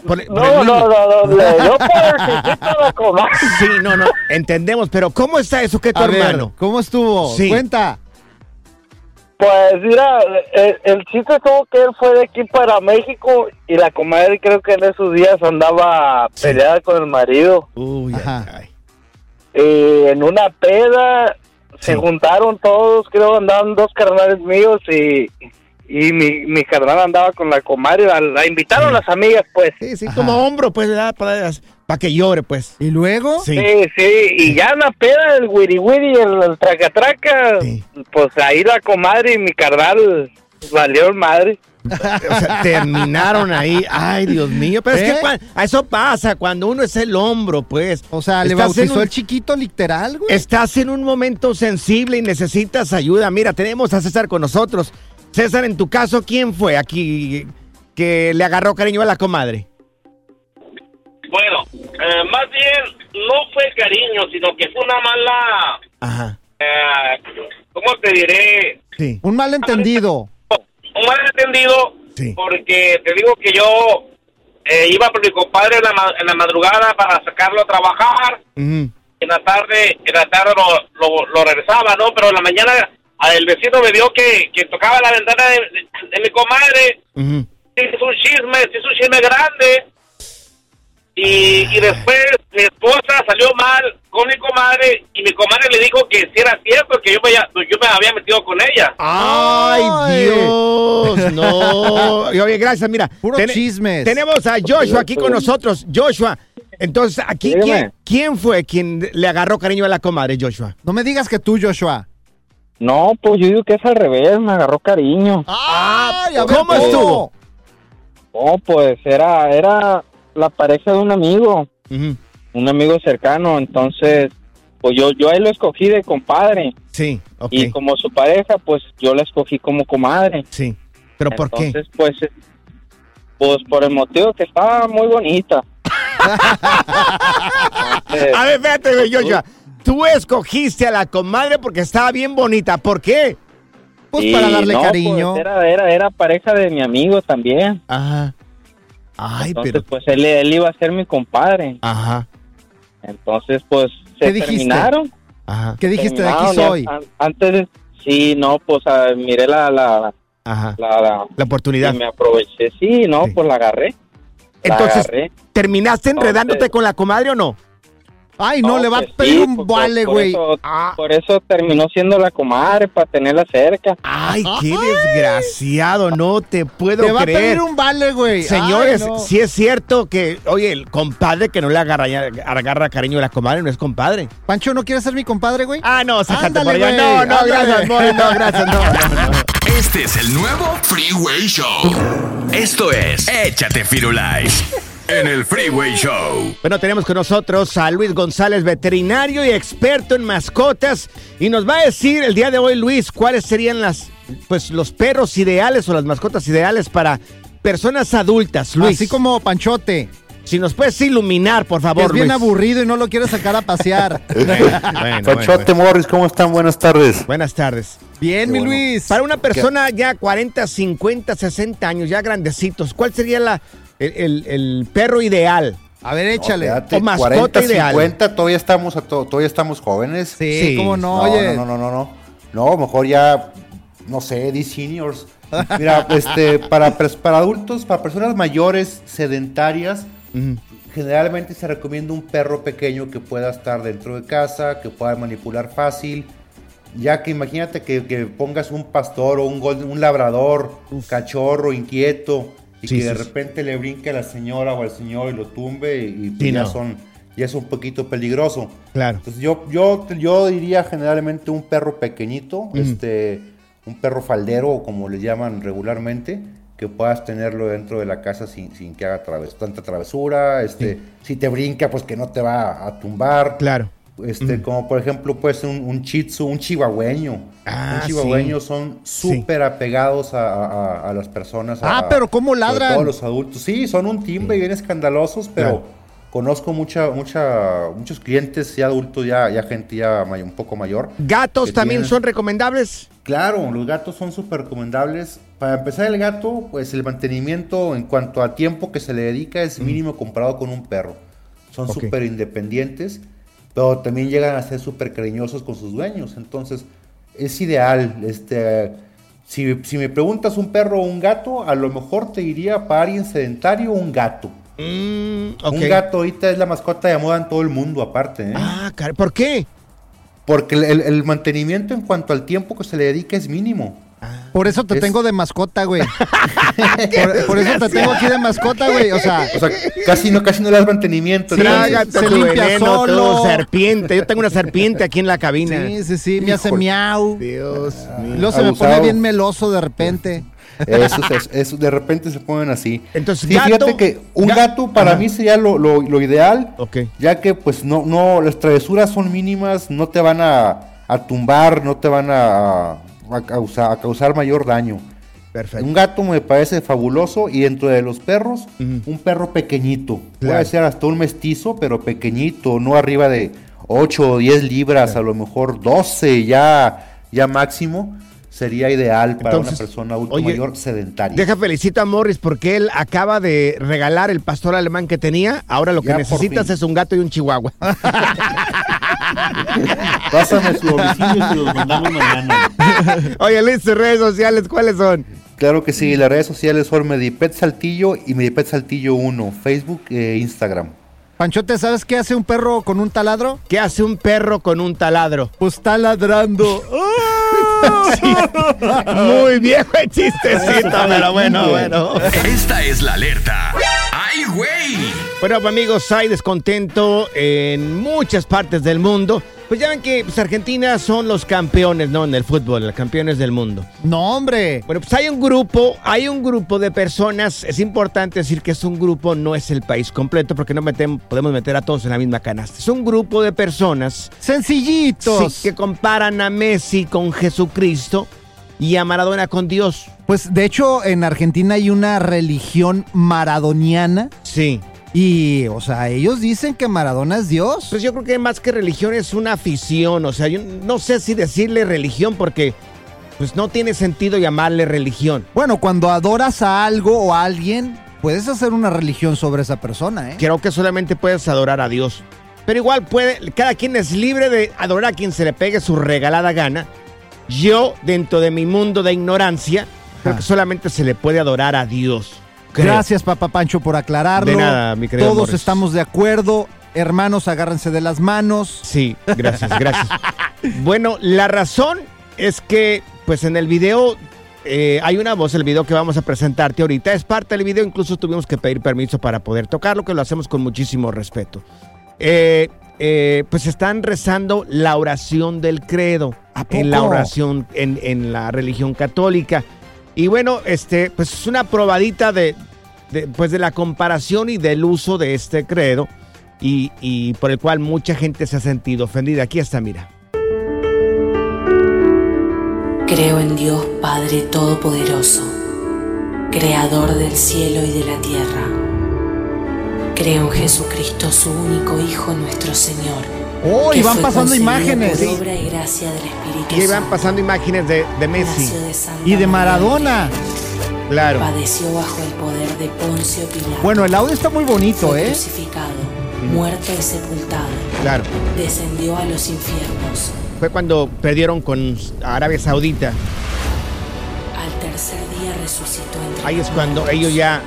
Speaker 1: Por- por
Speaker 3: No,
Speaker 1: el
Speaker 3: no,
Speaker 1: niño.
Speaker 3: no, no, le dio para el chiquito a la comadre.
Speaker 1: Sí, no, no, entendemos, pero ¿cómo está eso que tu
Speaker 2: A ver,
Speaker 1: hermano?
Speaker 2: ¿Cómo estuvo?
Speaker 1: Sí.
Speaker 2: Cuenta.
Speaker 3: Pues mira, el, el chiste tuvo que él fue de aquí para México y la comadre creo que en esos días andaba peleada con el marido.
Speaker 1: Uy, ay,
Speaker 2: Ajá.
Speaker 1: ay.
Speaker 3: Y en una peda se
Speaker 1: Sí.
Speaker 3: juntaron todos, creo andaban dos carnales míos y y mi, mi carnal andaba con la comadre, la, la invitaron las amigas, pues.
Speaker 1: Sí, sí, como hombro, pues, ¿verdad? Para, para que llore, pues.
Speaker 2: ¿Y luego?
Speaker 1: Sí.
Speaker 3: Sí, sí, y ya en la peda, el wiri wiri, el, el tracatraca, pues ahí la comadre y mi carnal valieron madre.
Speaker 1: O sea, terminaron ahí. Ay, Dios mío. Pero
Speaker 2: ¿Eh?
Speaker 1: es que cua- a eso pasa cuando uno es el hombro, pues.
Speaker 2: O sea, le
Speaker 1: Estás en
Speaker 2: bautizó
Speaker 1: un-
Speaker 2: el chiquito literal, güey.
Speaker 1: Estás en un momento sensible y necesitas ayuda. Mira, tenemos a César con nosotros. César, en tu caso, ¿quién fue aquí que le agarró cariño a la comadre?
Speaker 8: Bueno, eh, más bien no fue cariño, sino que fue una mala,
Speaker 1: Ajá.
Speaker 8: eh, ¿cómo te diré?
Speaker 1: Sí.
Speaker 2: Un malentendido.
Speaker 8: Un malentendido,
Speaker 1: Sí.
Speaker 8: porque te digo que yo eh, iba por mi compadre en la, ma- en la madrugada para sacarlo a trabajar,
Speaker 1: Ujú.
Speaker 8: en la tarde, en la tarde lo, lo- lo regresaba, ¿no? Pero en la mañana a- el vecino me vio que, que tocaba la ventana de, de- de mi comadre,
Speaker 1: Ujú.
Speaker 8: hizo un chisme, se hizo un chisme grande. Y, y después mi esposa salió mal con mi comadre y mi comadre le dijo que si era cierto que yo me, haya- yo me había metido con ella.
Speaker 1: ¡Ay,
Speaker 2: Ay.
Speaker 1: Dios! No. Y [laughs] Oye, gracias, mira.
Speaker 2: Puro chismes.
Speaker 1: Tenemos a Joshua aquí con nosotros. Joshua, entonces, aquí,
Speaker 3: Dígame.
Speaker 1: ¿quién, quién fue quien le agarró cariño a la comadre, Joshua?
Speaker 2: No me digas que tú, Joshua.
Speaker 3: No, pues yo digo que es al revés, me agarró cariño.
Speaker 1: Ah.
Speaker 2: ¡Ay, a
Speaker 1: ¿cómo
Speaker 2: tú?
Speaker 1: estuvo?
Speaker 3: No, pues era, era la pareja de un amigo,
Speaker 1: Ujú.
Speaker 3: un amigo cercano, entonces, pues yo, yo a él lo escogí de compadre
Speaker 1: Sí, ok.
Speaker 3: y como su pareja, pues yo la escogí como comadre.
Speaker 1: Sí. ¿Pero por qué?
Speaker 3: Entonces, pues, eh, pues por el motivo que estaba muy
Speaker 1: [laughs]
Speaker 3: bonita. Entonces,
Speaker 1: A ver, espérate, güey, Joshua. Tú escogiste a la comadre porque estaba bien bonita. ¿Por qué?
Speaker 2: Pues
Speaker 3: y
Speaker 2: para darle
Speaker 3: no,
Speaker 2: cariño.
Speaker 3: pues, era, era, era pareja de mi amigo también.
Speaker 1: Ajá. Ay,
Speaker 3: Entonces,
Speaker 1: pero.
Speaker 3: pues él, él iba a ser mi compadre.
Speaker 1: Ajá,
Speaker 3: Entonces, pues
Speaker 2: ¿Qué
Speaker 3: se
Speaker 2: dijiste? Ah.
Speaker 3: terminaron.
Speaker 1: ajá,
Speaker 2: ¿Qué dijiste? De aquí
Speaker 3: Terminaron, ya-
Speaker 2: soy.
Speaker 3: an- antes, de- sí, no, pues ah, miré la, la,
Speaker 1: ajá.
Speaker 3: la, la-
Speaker 1: La oportunidad.
Speaker 3: y me aproveché. Sí, no,
Speaker 1: Sí.
Speaker 3: pues la agarré. La
Speaker 1: Entonces,
Speaker 3: agarré.
Speaker 1: ¿terminaste enredándote
Speaker 3: Entonces-
Speaker 1: con la comadre o no?
Speaker 2: Ay, no, le va
Speaker 3: pues,
Speaker 2: a pedir
Speaker 3: sí,
Speaker 2: un
Speaker 3: pues, por-
Speaker 2: vale,
Speaker 3: por
Speaker 2: güey.
Speaker 3: eso-
Speaker 1: Ah.
Speaker 3: Por eso terminó siendo la comadre, para tenerla cerca.
Speaker 1: Ay, qué desgraciado, no te puedo
Speaker 2: Te va a
Speaker 1: creer.
Speaker 2: pedir un vale, güey.
Speaker 1: Señores,
Speaker 2: Ay, no.
Speaker 1: si es cierto que, oye, el compadre que no le agarra, agarra cariño a la comadre no es compadre.
Speaker 2: Pancho, ¿no quieres ser mi compadre, güey?
Speaker 1: Ah, no, sácate
Speaker 2: Ándale,
Speaker 1: por allá.
Speaker 2: güey, Ah,
Speaker 1: No, no,
Speaker 2: ándale.
Speaker 1: gracias, Mori, no, gracias,
Speaker 2: [laughs]
Speaker 1: no, no, no.
Speaker 4: Este es el nuevo Freeway Show. Esto es Échate Firulais en el Freeway Show.
Speaker 1: Bueno, tenemos con nosotros a Luis González, veterinario y experto en mascotas, y nos va a decir el día de hoy, Luis, cuáles serían las, pues, los perros ideales o las mascotas ideales para personas adultas, Luis.
Speaker 2: Así como Panchote,
Speaker 1: si nos puedes iluminar, por
Speaker 2: que
Speaker 1: favor,
Speaker 2: es bien
Speaker 1: Luis.
Speaker 2: aburrido y no lo quiere sacar a pasear.
Speaker 1: [laughs] Bueno, bueno,
Speaker 9: Panchote Morris, ¿cómo están? Buenas tardes.
Speaker 1: Buenas tardes.
Speaker 2: bien, mi
Speaker 9: bueno.
Speaker 2: Luis.
Speaker 1: Para una persona ya 40, 50, 60 años, ya grandecitos, ¿cuál sería la, el, el- el perro ideal?
Speaker 2: A ver, échale.
Speaker 9: No, fíjate,
Speaker 1: O mascota
Speaker 9: 40,
Speaker 1: ideal.
Speaker 9: 50, todavía estamos, a to- todavía estamos jóvenes.
Speaker 2: sí,
Speaker 1: sí.
Speaker 2: cómo no,
Speaker 9: No,
Speaker 2: oye.
Speaker 9: no, no, no, no, no. No, mejor ya, no sé, di seniors.
Speaker 2: [laughs]
Speaker 9: Mira, este, para, pers- para adultos, para personas mayores, sedentarias, generalmente se recomienda un perro pequeño que pueda estar dentro de casa, que pueda manipular fácil. Ya que imagínate que, que pongas un pastor o un, gol- un labrador, un cachorro inquieto, y
Speaker 1: Sí,
Speaker 9: que de
Speaker 1: sí, sí.
Speaker 9: repente le brinque a la señora o al señor y lo tumbe, y, y pues
Speaker 1: Sí,
Speaker 9: ya,
Speaker 1: no.
Speaker 9: son, ya es un poquito peligroso.
Speaker 1: Claro.
Speaker 9: Entonces yo, yo, yo diría generalmente un perro pequeñito, este, un perro faldero, o como le llaman regularmente, que puedas tenerlo dentro de la casa sin, sin que haga traves- tanta travesura, este, si te brinca, pues que no te va a tumbar.
Speaker 1: Claro.
Speaker 9: Este, como por ejemplo, pues un, un shih tzu, un chihuahueño.
Speaker 1: Ah,
Speaker 9: un chihuahueño son súper apegados a, a- a- a las personas. a-
Speaker 2: Ah, pero ¿cómo
Speaker 9: sobre
Speaker 2: ladran?
Speaker 9: todo los adultos. Sí, son un timbre y bien escandalosos, pero
Speaker 1: Claro.
Speaker 9: conozco mucha, mucha, muchos clientes ya adultos, ya, ya gente ya may- un poco mayor.
Speaker 1: ¿Gatos
Speaker 9: que
Speaker 1: también
Speaker 9: tienen-
Speaker 1: son recomendables?
Speaker 9: Claro, los gatos son súper recomendables. Para empezar, el gato, pues el mantenimiento en cuanto a tiempo que se le dedica es mínimo comparado con un perro. Son
Speaker 1: Ok.
Speaker 9: súper independientes, pero también llegan a ser súper cariñosos con sus dueños. Entonces, es ideal. Este, si, si me preguntas un perro o un gato, a lo mejor te diría para alguien sedentario un gato.
Speaker 1: Mm,
Speaker 9: Un gato ahorita es la mascota de moda en todo el mundo, aparte. ¿eh?
Speaker 1: Ah, car- ¿por qué? Ah.
Speaker 9: Porque el, el- el mantenimiento en cuanto al tiempo que se le dedica es mínimo.
Speaker 2: Por eso te
Speaker 9: Es-
Speaker 2: tengo de mascota,
Speaker 1: [laughs]
Speaker 2: güey. por, por eso te tengo aquí de mascota, güey. O sea,
Speaker 9: O sea, casi no, casi no le das mantenimiento.
Speaker 2: Sí,
Speaker 9: entonces.
Speaker 2: se limpia solo.
Speaker 1: serpiente. Yo tengo una serpiente aquí en la cabina.
Speaker 2: Sí, sí, sí, me hace
Speaker 1: Híjole.
Speaker 2: miau.
Speaker 1: Dios mío.
Speaker 2: Luego se me pone
Speaker 9: Ah, Abusado.
Speaker 2: bien meloso de repente.
Speaker 9: Eso, es- eso, de repente se ponen así.
Speaker 1: Entonces,
Speaker 9: Sí,
Speaker 1: gato-
Speaker 9: fíjate que un
Speaker 1: ga-
Speaker 9: gato para
Speaker 1: Ajá.
Speaker 9: mí sería lo, lo- lo ideal,
Speaker 1: Ok.
Speaker 9: ya que pues no, no, las travesuras son mínimas, no te van a, a tumbar, no te van a, a causar, a causar mayor daño.
Speaker 1: Perfecto.
Speaker 9: Un gato me parece fabuloso y dentro de los perros, un perro pequeñito.
Speaker 1: Claro.
Speaker 9: Puede ser hasta un mestizo, pero pequeñito, no arriba de 8 o 10 libras, a lo mejor 12 ya, ya máximo, sería ideal para
Speaker 1: Entonces,
Speaker 9: una persona adulto
Speaker 1: oye,
Speaker 9: mayor
Speaker 2: [laughs]
Speaker 9: sedentaria.
Speaker 1: Deja felicito a Morris porque él acaba de regalar el pastor alemán que tenía. Ahora lo que
Speaker 9: Ya, por
Speaker 1: necesitas
Speaker 9: fin.
Speaker 1: es un gato y un
Speaker 9: [laughs]
Speaker 1: chihuahua.
Speaker 9: Pásame su domicilio y se los mandamos mañana.
Speaker 1: Oye, Luis, tus redes sociales, ¿cuáles son?
Speaker 9: Claro que sí, las redes sociales son Medipet Saltillo y Medipet Saltillo 1, Facebook e Instagram.
Speaker 2: Panchote, ¿sabes qué hace un perro con un taladro?
Speaker 1: ¿Qué hace un perro con un taladro?
Speaker 2: Pues está
Speaker 1: [laughs]
Speaker 2: ladrando.
Speaker 1: Muy viejo el chistecito, pero bueno, bueno.
Speaker 4: Esta es la alerta. ¡Ay, güey!
Speaker 1: Bueno, pues, amigos, hay descontento en muchas partes del mundo. Pues ya ven que pues, Argentina son los campeones, ¿no? En el fútbol, los campeones del mundo.
Speaker 2: No, hombre.
Speaker 1: Bueno, pues hay un grupo, hay un grupo de personas. Es importante decir que es un grupo, no es el país completo, porque no metem- podemos meter a todos en la misma canasta. Es un grupo de personas
Speaker 2: Sencillitos.
Speaker 1: sí, que comparan a Messi con Jesucristo y a Maradona con Dios.
Speaker 2: Pues de hecho, en Argentina hay una religión maradoniana.
Speaker 1: Sí.
Speaker 2: Y, o sea, ellos dicen que Maradona es Dios.
Speaker 1: Pues yo creo que más que religión es una afición. O sea, yo no sé si decirle religión porque pues no tiene sentido llamarle religión.
Speaker 2: Bueno, cuando adoras a algo o a alguien, puedes hacer una religión sobre esa persona, ¿eh?
Speaker 1: Creo que solamente puedes adorar a Dios. Pero igual puede, cada quien es libre de adorar a quien se le pegue su regalada gana. Yo, dentro de mi mundo de ignorancia, creo
Speaker 2: Ajá.
Speaker 1: que solamente se le puede adorar a Dios. Creo.
Speaker 2: Gracias, papá Pancho, por aclararlo.
Speaker 1: De nada, mi querido
Speaker 2: Todos
Speaker 1: Morris.
Speaker 2: estamos de acuerdo. Hermanos, agárrense de las manos.
Speaker 1: Sí, gracias, gracias. bueno, la razón es que, pues en el video eh, hay una voz, el video que vamos a presentarte ahorita es parte del video, incluso tuvimos que pedir permiso para poder tocarlo, que lo hacemos con muchísimo respeto. Eh, eh, pues están rezando la oración del credo
Speaker 2: ¿A poco?
Speaker 1: en la oración en, en la religión católica. Y bueno, este, pues es una probadita de, de, pues de la comparación y del uso de este credo y, y por el cual mucha gente se ha sentido ofendida. Aquí está, mira.
Speaker 10: Creo en Dios Padre Todopoderoso, Creador del cielo y de la tierra. Creo en Jesucristo, su único Hijo, nuestro Señor.
Speaker 2: Oh, y
Speaker 10: que
Speaker 2: van
Speaker 10: fue
Speaker 2: pasando
Speaker 10: concebido
Speaker 2: imágenes.
Speaker 10: Por obra y gracia del Espíritu
Speaker 1: Y ahí van
Speaker 10: Santo.
Speaker 1: pasando imágenes de, de Messi.
Speaker 10: Nació de Santa
Speaker 2: Y de
Speaker 10: María,
Speaker 2: Maradona.
Speaker 1: Claro.
Speaker 10: Padeció bajo el poder de Poncio Pilato.
Speaker 2: Bueno, el audio está muy bonito,
Speaker 10: fue
Speaker 2: ¿eh?
Speaker 10: crucificado, muerto y sepultado.
Speaker 1: Claro.
Speaker 10: Descendió a los infiernos.
Speaker 1: Fue cuando perdieron con Arabia Saudita.
Speaker 10: Al tercer día resucitó entre
Speaker 1: Ahí es cuando ellos ya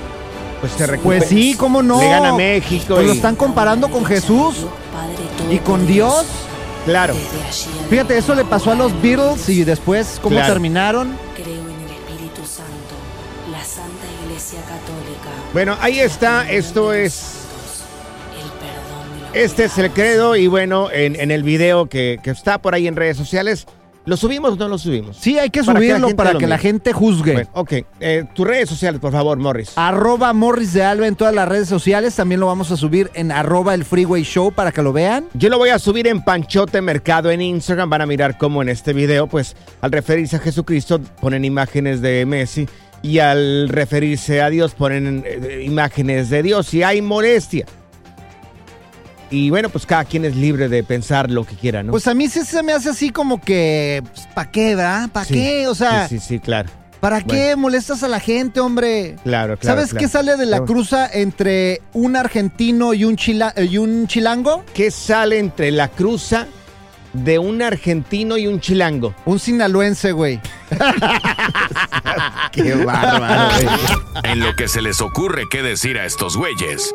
Speaker 1: pues, se recuperan.
Speaker 2: Pues sí, cómo no.
Speaker 1: Le gana México.
Speaker 2: Pues lo
Speaker 1: y-
Speaker 2: están comparando con Jesús
Speaker 10: Padre
Speaker 2: y con Dios.
Speaker 10: Todopoderoso.
Speaker 1: Claro.
Speaker 10: Desde allí al
Speaker 2: Fíjate, eso le pasó a los Beatles y después cómo
Speaker 1: Claro.
Speaker 2: terminaron.
Speaker 10: Creo en el Espíritu Santo, la Santa Iglesia Católica.
Speaker 1: Bueno, ahí está. Esto es.
Speaker 10: El perdón de los
Speaker 1: Este es el credo. Y bueno, en, en el video que, que está por ahí en redes sociales. ¿Lo subimos o no lo subimos?
Speaker 2: Sí, hay que
Speaker 1: Para que la
Speaker 2: subirlo
Speaker 1: gente
Speaker 2: para
Speaker 1: lo
Speaker 2: que la
Speaker 1: mire.
Speaker 2: gente juzgue.
Speaker 1: Bueno, ok. Eh, tus redes sociales, por favor, Morris.
Speaker 2: Arroba Morris de Alba en todas las redes sociales. También lo vamos a subir en arroba el Freeway Show para que lo vean.
Speaker 1: Yo lo voy a subir en Panchote Mercado en Instagram. Van a mirar cómo en este video, pues al referirse a Jesucristo ponen imágenes de Messi y al referirse a Dios ponen eh, imágenes de Dios y hay molestia. Y bueno, pues cada quien es libre de pensar lo que quiera, ¿no?
Speaker 2: Pues a mí sí se me hace así como que, ¿para qué, verdad? ¿Para
Speaker 1: Sí,
Speaker 2: qué? O sea,
Speaker 1: Sí, sí, sí, claro.
Speaker 2: ¿para qué molestas a la gente, hombre?
Speaker 1: Claro, claro.
Speaker 2: ¿Sabes
Speaker 1: claro.
Speaker 2: qué sale de la
Speaker 1: Claro.
Speaker 2: cruza entre un argentino y un, chila- eh, y un chilango?
Speaker 1: ¿Qué sale entre la cruza de un argentino y un chilango?
Speaker 2: Un sinaloense,
Speaker 1: [laughs]
Speaker 2: güey.
Speaker 1: Ah, Qué bárbaro.
Speaker 4: En lo que se les ocurre qué decir a estos güeyes.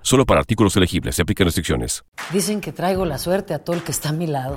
Speaker 11: Solo para artículos elegibles. Se aplican restricciones.
Speaker 12: Dicen que traigo la suerte a todo el que está a mi lado.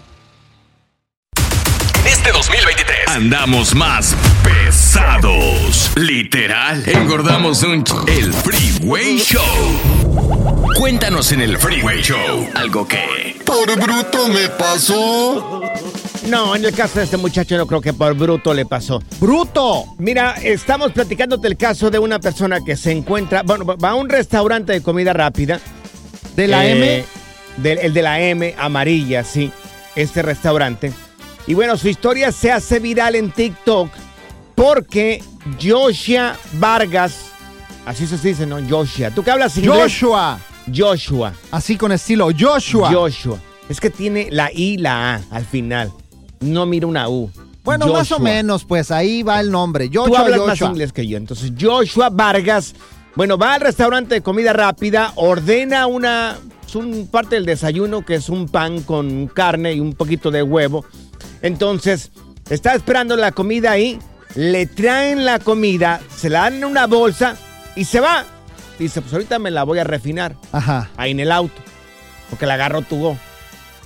Speaker 4: En este 2023 andamos más pesados. Literal, engordamos un ch- el Freeway Show. Cuéntanos en el Freeway Show algo que
Speaker 1: Por bruto me pasó. No, en el caso de este muchacho no creo que por bruto le pasó. ¡Bruto! Mira, estamos platicándote el caso de una persona que se encuentra, bueno, va a un restaurante de comida rápida.
Speaker 2: ¿De la M?
Speaker 1: del- el de la M amarilla, sí. Este restaurante. Y bueno, su historia se hace viral en TikTok porque Joshua Vargas, así se dice, ¿no? Joshua. ¿Tú qué hablas inglés?
Speaker 2: Joshua.
Speaker 1: Joshua.
Speaker 2: Así con estilo, Joshua.
Speaker 1: Joshua. Es que tiene la I y la A al final. No mira una U.
Speaker 2: Bueno, más o
Speaker 1: Joshua.
Speaker 2: menos, pues ahí va el nombre.
Speaker 1: Tú
Speaker 2: Joshua,
Speaker 1: hablas más
Speaker 2: Joshua.
Speaker 1: inglés que yo. Entonces, Joshua Vargas, bueno, va al restaurante de comida rápida, ordena una es un parte del desayuno que es un pan con carne y un poquito de huevo. Entonces, está esperando la comida ahí, le traen la comida, se la dan en una bolsa y se va. Dice, pues ahorita me la voy a refinar
Speaker 2: Ajá.
Speaker 1: ahí en el auto, porque la agarró tu go.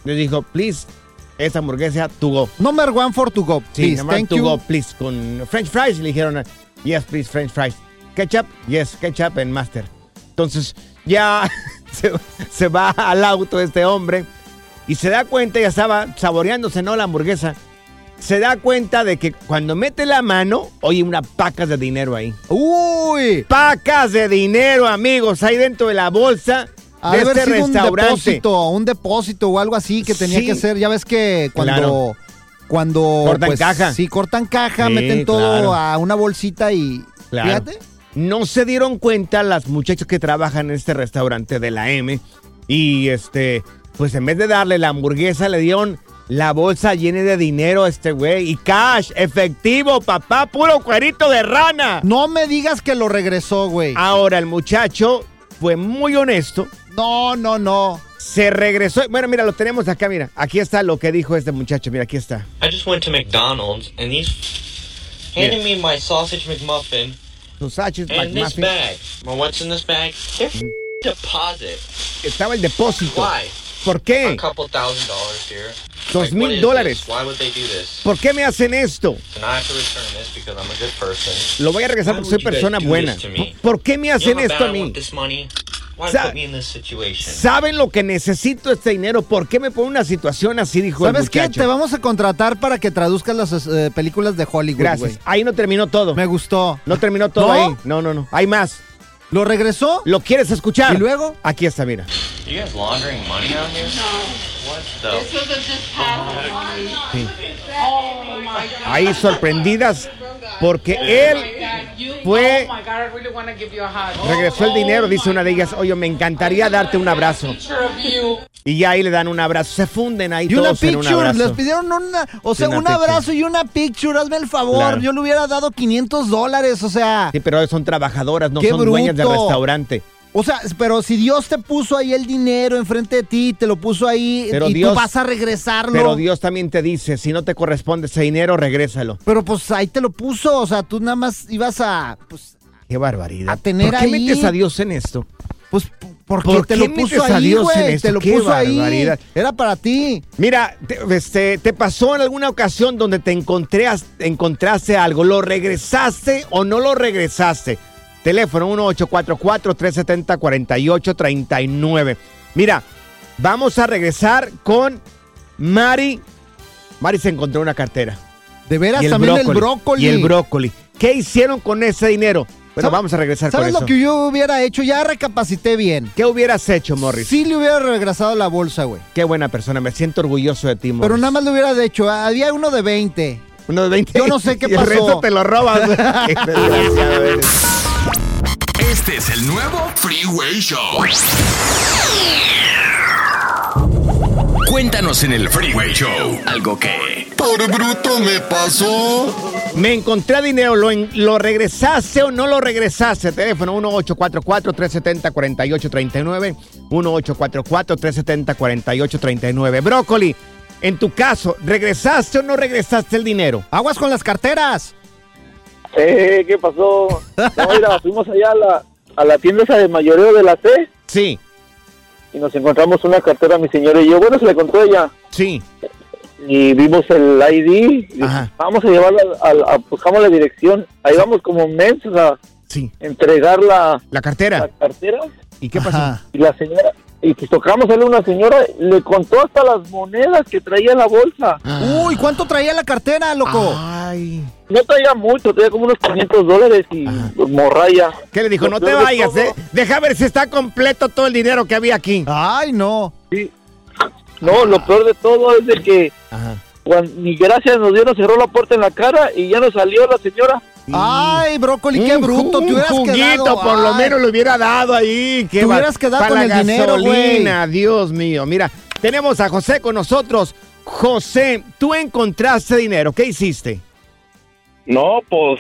Speaker 1: Le dijo, please, esa hamburguesa tu go.
Speaker 2: Number one for to go,
Speaker 1: Sí,
Speaker 2: please.
Speaker 1: nada más
Speaker 2: Thank
Speaker 1: to
Speaker 2: you.
Speaker 1: go, please. Con French fries le dijeron, yes, please, French fries. Ketchup, yes, ketchup and master. Entonces, ya [laughs] se, se va al auto este hombre y se da cuenta, ya estaba saboreándose, ¿no? La hamburguesa. Se da cuenta de que cuando mete la mano, oye, una pacas de dinero ahí.
Speaker 2: ¡Uy!
Speaker 1: Pacas de dinero, amigos, ahí dentro de la bolsa
Speaker 2: Ha
Speaker 1: de
Speaker 2: de haber
Speaker 1: este
Speaker 2: sido un
Speaker 1: restaurante.
Speaker 2: depósito, un depósito o algo así que tenía
Speaker 1: Sí.
Speaker 2: que ser. Ya ves que cuando.
Speaker 1: Claro.
Speaker 2: Cuando.
Speaker 1: Cortan
Speaker 2: pues,
Speaker 1: caja.
Speaker 2: Sí, cortan caja,
Speaker 1: Sí,
Speaker 2: meten todo
Speaker 1: claro.
Speaker 2: a una bolsita y.
Speaker 1: Claro.
Speaker 2: Fíjate.
Speaker 1: No se dieron cuenta las muchachas que trabajan en este restaurante de la M. Y este, pues en vez de darle la hamburguesa, le dieron la bolsa llena de dinero a este güey. Y cash, efectivo, papá, puro cuerito de rana.
Speaker 2: No me digas que lo regresó, güey.
Speaker 1: Ahora el muchacho fue muy honesto.
Speaker 2: No, no, no.
Speaker 1: Se regresó. Bueno, mira, lo tenemos acá, mira. Aquí está lo que dijo este muchacho. Mira, aquí está.
Speaker 13: I just went to McDonald's and these handed me my sausage McMuffin
Speaker 1: Sausage
Speaker 13: and this
Speaker 1: McMuffin.
Speaker 13: bag. Well, what's in this bag? They're f- deposit.
Speaker 1: Estaba el depósito.
Speaker 13: Why?
Speaker 1: ¿Por
Speaker 13: A
Speaker 1: qué?
Speaker 13: couple thousand dollars here.
Speaker 1: Dos
Speaker 13: what
Speaker 1: mil
Speaker 13: is
Speaker 1: dólares.
Speaker 13: this? Why would they do this?
Speaker 1: ¿Por qué me hacen esto?
Speaker 13: And I have to return this because I'm a good person.
Speaker 1: Lo voy a regresar
Speaker 13: Why
Speaker 1: porque
Speaker 13: would
Speaker 1: soy
Speaker 13: you guys
Speaker 1: persona
Speaker 13: do
Speaker 1: buena.
Speaker 13: this to me?
Speaker 1: ¿Por qué me
Speaker 13: You know
Speaker 1: hacen
Speaker 13: how
Speaker 1: esto
Speaker 13: bad
Speaker 1: a
Speaker 13: I
Speaker 1: mí?
Speaker 13: want this money? Why
Speaker 1: Sa-
Speaker 13: put me in this situation?
Speaker 1: ¿Saben lo que necesito esta dinero? ¿Por qué me pone una situación así? Dijo el
Speaker 2: ¿Sabes qué?
Speaker 1: muchacho.
Speaker 2: Te vamos a contratar para que traduzcas las eh, películas de Hollywood,
Speaker 1: Gracias.
Speaker 2: güey.
Speaker 1: Ahí no terminó todo.
Speaker 2: Me gustó.
Speaker 1: No terminó todo
Speaker 2: ¿No?
Speaker 1: ahí. No, no, no. Hay más.
Speaker 2: ¿Lo regresó?
Speaker 1: ¿Lo quieres escuchar?
Speaker 2: ¿Y luego?
Speaker 1: Aquí está, mira.
Speaker 13: you guys laundering money out here? No. What the? This was a just
Speaker 1: Sí.
Speaker 14: Oh my god.
Speaker 1: Ahí sorprendidas porque él fue...
Speaker 14: Oh my god, I really want to give you a hug. Oh.
Speaker 1: Regresó el dinero, dice una de ellas. Oye, me encantaría darte un abrazo.
Speaker 14: Picture of you.
Speaker 1: Y ya ahí le dan un abrazo. Se funden ahí
Speaker 2: Y una
Speaker 1: todos en un
Speaker 2: picture,
Speaker 1: abrazo.
Speaker 2: les pidieron una, o
Speaker 1: Sí,
Speaker 2: sea,
Speaker 1: una
Speaker 2: un
Speaker 1: picture.
Speaker 2: abrazo y una picture, hazme el favor,
Speaker 1: Claro.
Speaker 2: yo le hubiera dado 500 dólares, o sea,
Speaker 1: Sí, pero son trabajadoras, no
Speaker 2: Qué
Speaker 1: son dueñas del
Speaker 2: bruto.
Speaker 1: restaurante.
Speaker 2: o sea, pero si Dios te puso ahí el dinero enfrente de ti, te lo puso ahí
Speaker 1: Pero
Speaker 2: y
Speaker 1: Dios-
Speaker 2: tú vas a regresarlo.
Speaker 1: Pero Dios también te dice, si no te corresponde ese dinero, regrésalo.
Speaker 2: Pero pues ahí te lo puso, o sea, tú nada más ibas a, pues,
Speaker 1: Qué barbaridad.
Speaker 2: A tener
Speaker 1: ¿Por qué
Speaker 2: ahí-
Speaker 1: metes a Dios en esto?
Speaker 2: Pues porque
Speaker 1: ¿Por
Speaker 2: te
Speaker 1: qué
Speaker 2: lo puso
Speaker 1: metes a
Speaker 2: ahí,
Speaker 1: Dios en
Speaker 2: güey,
Speaker 1: esto?
Speaker 2: te lo
Speaker 1: Qué
Speaker 2: puso ahí,
Speaker 1: barbaridad.
Speaker 2: era para ti.
Speaker 1: Mira, te, este, ¿te pasó en alguna ocasión donde te encontré as- encontraste algo? ¿Lo regresaste o no lo regresaste? Teléfono 1844-370-4839. Mira, Vamos a regresar con Mari. Mari se encontró una cartera.
Speaker 2: De veras, también el brócoli.
Speaker 1: Y el brócoli. ¿Qué hicieron con ese dinero? Bueno, vamos a regresar con
Speaker 2: ¿Sabes
Speaker 1: eso.
Speaker 2: lo que yo hubiera hecho? Ya recapacité bien.
Speaker 1: ¿Qué hubieras hecho, Morris?
Speaker 2: Sí le hubiera regresado la bolsa, güey.
Speaker 1: Qué buena persona, me siento orgulloso de ti, Morris.
Speaker 2: Pero nada más le hubiera hecho. ah, Había uno de 20.
Speaker 1: Uno de 20.
Speaker 2: Yo no sé qué
Speaker 1: [laughs] Y el
Speaker 2: pasó.
Speaker 1: resto te lo
Speaker 2: [laughs]
Speaker 1: robas. [laughs] Qué desgraciado eres.
Speaker 4: Este es el nuevo Freeway Show. Cuéntanos en el Freeway Show algo que por bruto me pasó.
Speaker 1: Me encontré dinero, lo, en- lo regresaste o no lo regresaste. Teléfono 1844-370-4839. 1844-370-4839. Brócoli, en tu caso, ¿regresaste o no regresaste el dinero?
Speaker 2: Aguas con las carteras.
Speaker 3: Eh, ¿qué pasó? No, mira, fuimos allá a la, a la tienda esa de mayoreo de la C.
Speaker 1: Sí.
Speaker 3: Y nos encontramos una cartera, mi señora y yo. Bueno, se la encontró ella.
Speaker 1: Sí.
Speaker 3: Y vimos el ID. y Vamos a llevarla al- al- a- buscamos la dirección. Ahí vamos como mensos a entregar la,
Speaker 1: la cartera.
Speaker 3: La cartera.
Speaker 1: ¿Y qué pasó?
Speaker 3: Y la señora, y que tocamos a una señora, le contó hasta las monedas que traía en la bolsa.
Speaker 1: Ah.
Speaker 2: Uy, ¿cuánto traía la cartera, loco?
Speaker 3: No traía mucho, traía como unos 500 dólares y morraya.
Speaker 1: Ah. ¿Qué le dijo? No te vayas, ¿eh? Deja ver si está completo todo el dinero que había aquí.
Speaker 2: Ay, no.
Speaker 3: Sí. No, lo peor de todo es de que cuando, ni gracias nos dieron, cerró la puerta en la cara y ya no salió la señora.
Speaker 1: Ah.
Speaker 2: Ay, brócoli, qué
Speaker 3: Un ju-
Speaker 2: bruto.
Speaker 3: un
Speaker 2: te hubieras
Speaker 3: juguito,
Speaker 2: quedado.
Speaker 1: por lo
Speaker 2: ay.
Speaker 1: menos lo hubiera dado ahí. Qué
Speaker 2: Te
Speaker 1: va-
Speaker 2: hubieras quedado
Speaker 1: para
Speaker 2: con
Speaker 1: la
Speaker 2: el dinero, güey.
Speaker 1: gasolina, Dios mío. Mira, tenemos a José con nosotros. José, tú encontraste dinero. ¿Qué hiciste?
Speaker 15: No, pues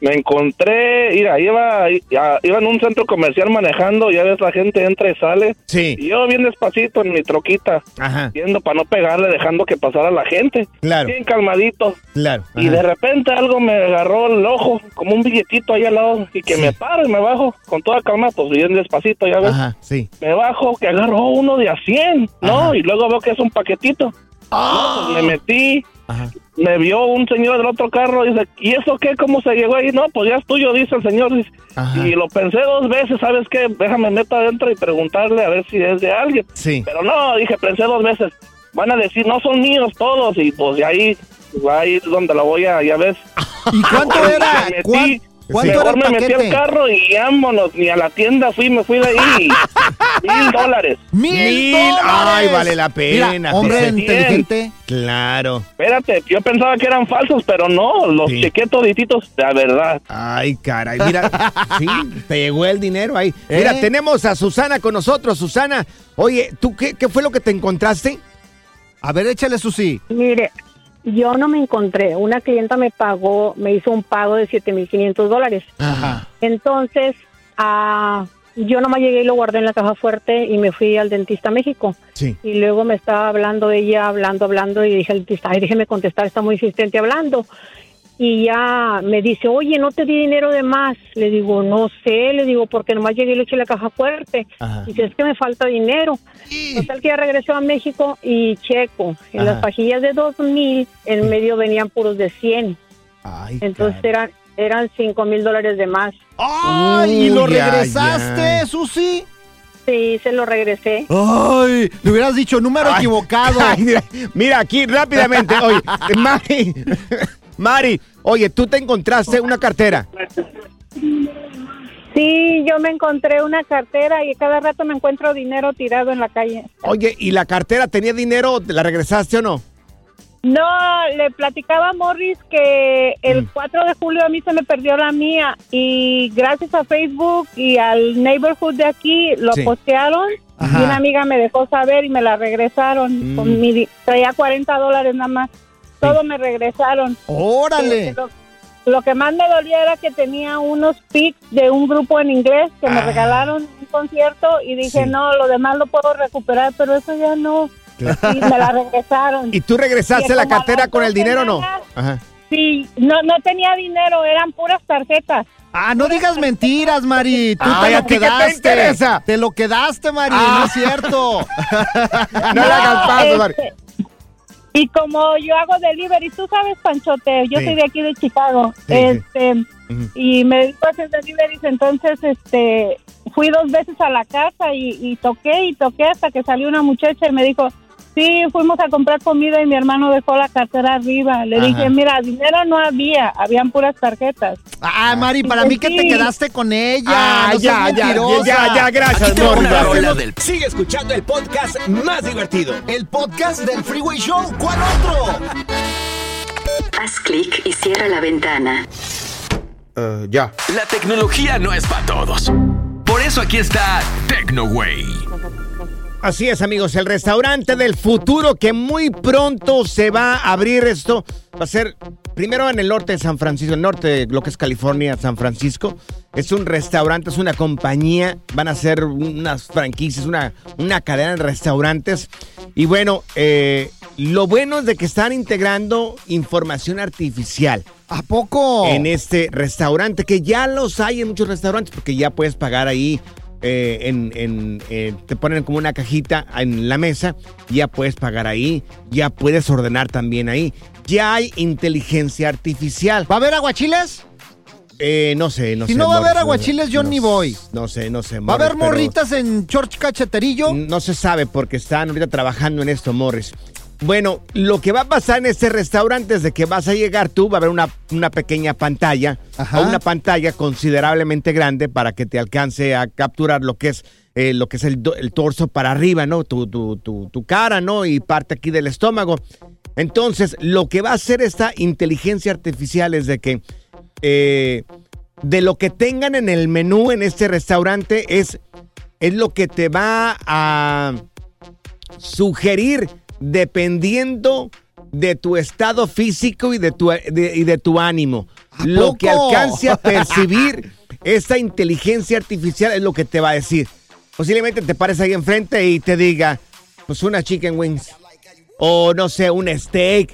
Speaker 15: me encontré, mira, iba, iba iba en un centro comercial manejando, ya ves la gente entra y sale.
Speaker 1: Sí.
Speaker 15: Y yo bien despacito en mi troquita,
Speaker 1: Ajá.
Speaker 15: viendo para no pegarle, dejando que pasara la gente.
Speaker 1: Claro.
Speaker 15: Bien calmadito.
Speaker 1: Claro.
Speaker 15: Y de repente algo me agarró el ojo, como un billetito ahí al lado, y que me paro y me bajo con toda calma, pues bien despacito, ya ves.
Speaker 1: Ajá, sí.
Speaker 15: Me bajo, que agarró uno de a 100, ¿no? Y luego veo que es un paquetito.
Speaker 2: Ah.
Speaker 15: No, pues me metí, me vio un señor del otro carro, dice, ¿y eso qué? ¿Cómo se llegó ahí? No, pues ya es tuyo, dice el señor. dice. Y lo pensé dos veces, ¿sabes qué? Déjame meto adentro y preguntarle a ver si es de alguien.
Speaker 1: Sí.
Speaker 15: Pero no, dije, pensé dos veces. Van a decir, no son míos todos, y pues de ahí, ahí es donde la voy a, ya ves.
Speaker 2: [laughs] ¿Y cuánto era?
Speaker 15: [laughs] Me metí,
Speaker 2: ¿Cuán- cuánto
Speaker 15: mejor
Speaker 2: era el
Speaker 15: me metí al
Speaker 2: paquete?
Speaker 15: carro y vámonos, ni a la tienda fui, me fui
Speaker 2: [laughs]
Speaker 15: de ahí. mil dólares.
Speaker 1: Mil. Ay, vale la pena. José. Claro.
Speaker 15: Espérate, yo pensaba que eran falsos, pero no, los chequé todititos, la verdad.
Speaker 1: Ay, caray,
Speaker 2: [laughs]
Speaker 1: mira, sí, te llegó el dinero ahí.
Speaker 2: ¿Eh?
Speaker 1: Mira, tenemos a Susana con nosotros. Susana, oye, ¿tú qué, qué fue lo que te encontraste?
Speaker 2: A ver, échale, Susi.
Speaker 16: Mire, yo no me encontré. Una clienta me pagó, me hizo un pago de 7.500 dólares.
Speaker 2: Ajá.
Speaker 16: Entonces, ah, yo nomás llegué y lo guardé en la caja fuerte y me fui al dentista a México.
Speaker 1: Sí.
Speaker 16: Y luego me estaba hablando ella, hablando, hablando, y dije al dentista, ay, déjeme contestar, está muy insistente hablando. Y ya me dice, oye, no te di dinero de más. Le digo, no sé, le digo, porque nomás llegué y le eché la caja fuerte.
Speaker 17: Ajá.
Speaker 16: Dice, es que me falta dinero. Total que ya regresé a México y checo. En
Speaker 17: Ajá.
Speaker 16: las pajillas de 2000, en medio venían puros de 100. Entonces eran, eran 5 mil dólares de más.
Speaker 2: Ay, ¿y lo ya, regresaste, ya. Susi?
Speaker 16: Sí, se lo regresé.
Speaker 2: Ay, le hubieras dicho número equivocado.
Speaker 1: mira, mira, aquí rápidamente,
Speaker 2: [laughs]
Speaker 1: oye, Mari, Mari, oye, tú te encontraste una cartera.
Speaker 17: Sí, yo me encontré una cartera y cada rato me encuentro dinero tirado en la calle.
Speaker 1: Oye, ¿y la cartera tenía dinero? ¿Te ¿La regresaste o no?
Speaker 17: No, le platicaba a Morris que el 4 de julio a mí se me perdió la mía y gracias a Facebook y al neighborhood de aquí lo
Speaker 16: Sí.
Speaker 17: postearon y una amiga me dejó saber y me la regresaron.
Speaker 16: Mm.
Speaker 17: Con mi di- traía 40 dólares nada más. Todo me regresaron. Eh,
Speaker 2: ¡Órale!
Speaker 17: Lo, lo que más me dolía era que tenía unos pics de un grupo en inglés que me
Speaker 1: Ah.
Speaker 17: regalaron en un concierto y dije,
Speaker 1: Sí.
Speaker 17: no, lo demás lo puedo recuperar, pero eso ya no. Y me la [laughs] regresaron.
Speaker 1: [laughs] ¿Y tú regresaste
Speaker 17: Y
Speaker 1: la
Speaker 17: como a
Speaker 1: cartera
Speaker 17: las
Speaker 1: con el
Speaker 17: dos
Speaker 1: dinero o no?
Speaker 17: semanas,
Speaker 1: Ajá.
Speaker 17: Sí, no, no tenía dinero, eran puras tarjetas.
Speaker 2: Ah, no digas mentiras, Mari. Tú
Speaker 1: Ay,
Speaker 2: Ah, te
Speaker 1: ¿a
Speaker 2: lo
Speaker 1: ti qué te
Speaker 2: quedaste.
Speaker 1: interesa? Ah.
Speaker 2: Te lo quedaste, Mari. No es cierto.
Speaker 1: [laughs] No le hagas paso,
Speaker 17: este,
Speaker 1: Mari.
Speaker 17: Y como yo hago delivery, tú sabes, Panchote, yo
Speaker 1: Sí.
Speaker 17: soy de aquí de Chicago.
Speaker 1: Sí, sí.
Speaker 17: este, Y me dedico a hacer deliveries, entonces este fui dos veces a la casa y, y toqué y toqué hasta que salió una muchacha y me dijo, sí, fuimos a comprar comida y mi hermano dejó la cartera arriba. Le
Speaker 2: Ajá.
Speaker 17: dije, mira, dinero no había, habían puras tarjetas.
Speaker 2: Ah, Mari, para mí que te quedaste con ella.
Speaker 17: Ah,
Speaker 2: no seas
Speaker 17: ya, ya,
Speaker 2: mentirosa.
Speaker 1: ya, ya, gracias, Aquí te Mori, va una gracias. rola del-
Speaker 18: Sigue escuchando el podcast más divertido.
Speaker 19: El podcast del Freeway Show. ¿Cuál otro? Haz clic y cierra la ventana.
Speaker 1: Eh, ya.
Speaker 4: La tecnología no es para todos. Por eso aquí está TecnoWay.
Speaker 1: Así es, amigos, el restaurante del futuro que muy pronto se va a abrir esto. Va a ser primero en el norte de San Francisco, el norte de lo que es California, San Francisco. Es un restaurante, es una compañía. Van a ser unas franquicias, una, una cadena de restaurantes. Y bueno, eh, lo bueno es de que están integrando información artificial.
Speaker 2: ¿A poco?
Speaker 1: En este restaurante, que ya los hay en muchos restaurantes, porque ya puedes pagar ahí. eh, en, en, eh, te ponen como una cajita en la mesa, ya puedes pagar ahí, ya puedes ordenar también ahí. Ya hay inteligencia artificial.
Speaker 2: ¿Va a haber aguachiles?
Speaker 1: Eh, no sé, no
Speaker 2: Si
Speaker 1: sé.
Speaker 2: no va a haber
Speaker 1: Morris,
Speaker 2: aguachiles, yo ni voy.
Speaker 1: No sé, no sé.
Speaker 2: ¿Va a haber
Speaker 1: Morris, pero-
Speaker 2: morritas en Church Cacheterillo?
Speaker 1: no se sabe porque están ahorita trabajando en esto, Morris. Bueno, lo que va a pasar en este restaurante es de que vas a llegar tú, va a haber una, una pequeña pantalla,
Speaker 2: Ajá.
Speaker 1: o una pantalla considerablemente grande para que te alcance a capturar lo que es, eh, lo que es el, do- el torso para arriba, ¿no? Tu, tu- tu- tu cara, ¿no? Y parte aquí del estómago. Entonces, lo que va a hacer esta inteligencia artificial es de que eh, de lo que tengan en el menú en este restaurante es, es lo que te va a sugerir dependiendo de tu estado físico y de tu, de- y de tu ánimo. Lo que
Speaker 2: poco?
Speaker 1: alcance a percibir esta inteligencia artificial es lo que te va a decir. Posiblemente te pares ahí enfrente y te diga, pues una chicken wings o no sé, un steak.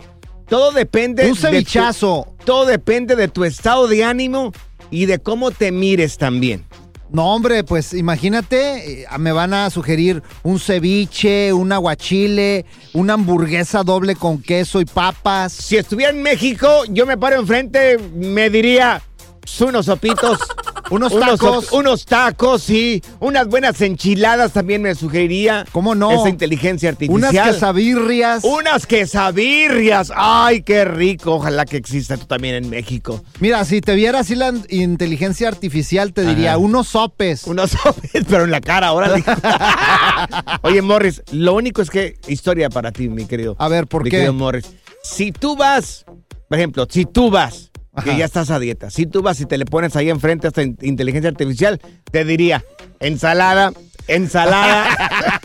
Speaker 1: Todo depende.
Speaker 2: Un
Speaker 1: de tu-
Speaker 2: cevichazo.
Speaker 1: todo depende de tu estado de ánimo y de cómo te mires también.
Speaker 2: No, hombre, pues imagínate, eh, me van a sugerir un ceviche, un aguachile, una hamburguesa doble con queso y papas.
Speaker 1: Si estuviera en México, yo me paro enfrente, me diría "Pues, unos sopitos.
Speaker 2: [laughs] Unos
Speaker 1: sop-
Speaker 2: tacos.
Speaker 1: unos tacos, sí. Unas buenas enchiladas también me sugeriría. ¿Cómo
Speaker 2: no?
Speaker 1: Esa inteligencia artificial.
Speaker 2: Unas quesabirrias.
Speaker 1: Unas quesabirrias. Ay, qué rico. Ojalá que exista tú también en México.
Speaker 2: Mira, si te viera así la inteligencia artificial, te diría
Speaker 1: Ajá.
Speaker 2: unos sopes.
Speaker 1: Unos sopes, pero en la cara ahora.
Speaker 2: [laughs]
Speaker 1: [laughs] Oye, Morris, lo único es que historia para ti, mi querido. A ver, ¿por mi
Speaker 2: qué?
Speaker 1: querido Morris. Si tú vas, por ejemplo, si tú vas, que
Speaker 2: Ajá.
Speaker 1: ya estás a dieta, si tú vas y te le pones ahí enfrente a esta in- inteligencia artificial, te diría, ensalada, ensalada.
Speaker 2: [laughs]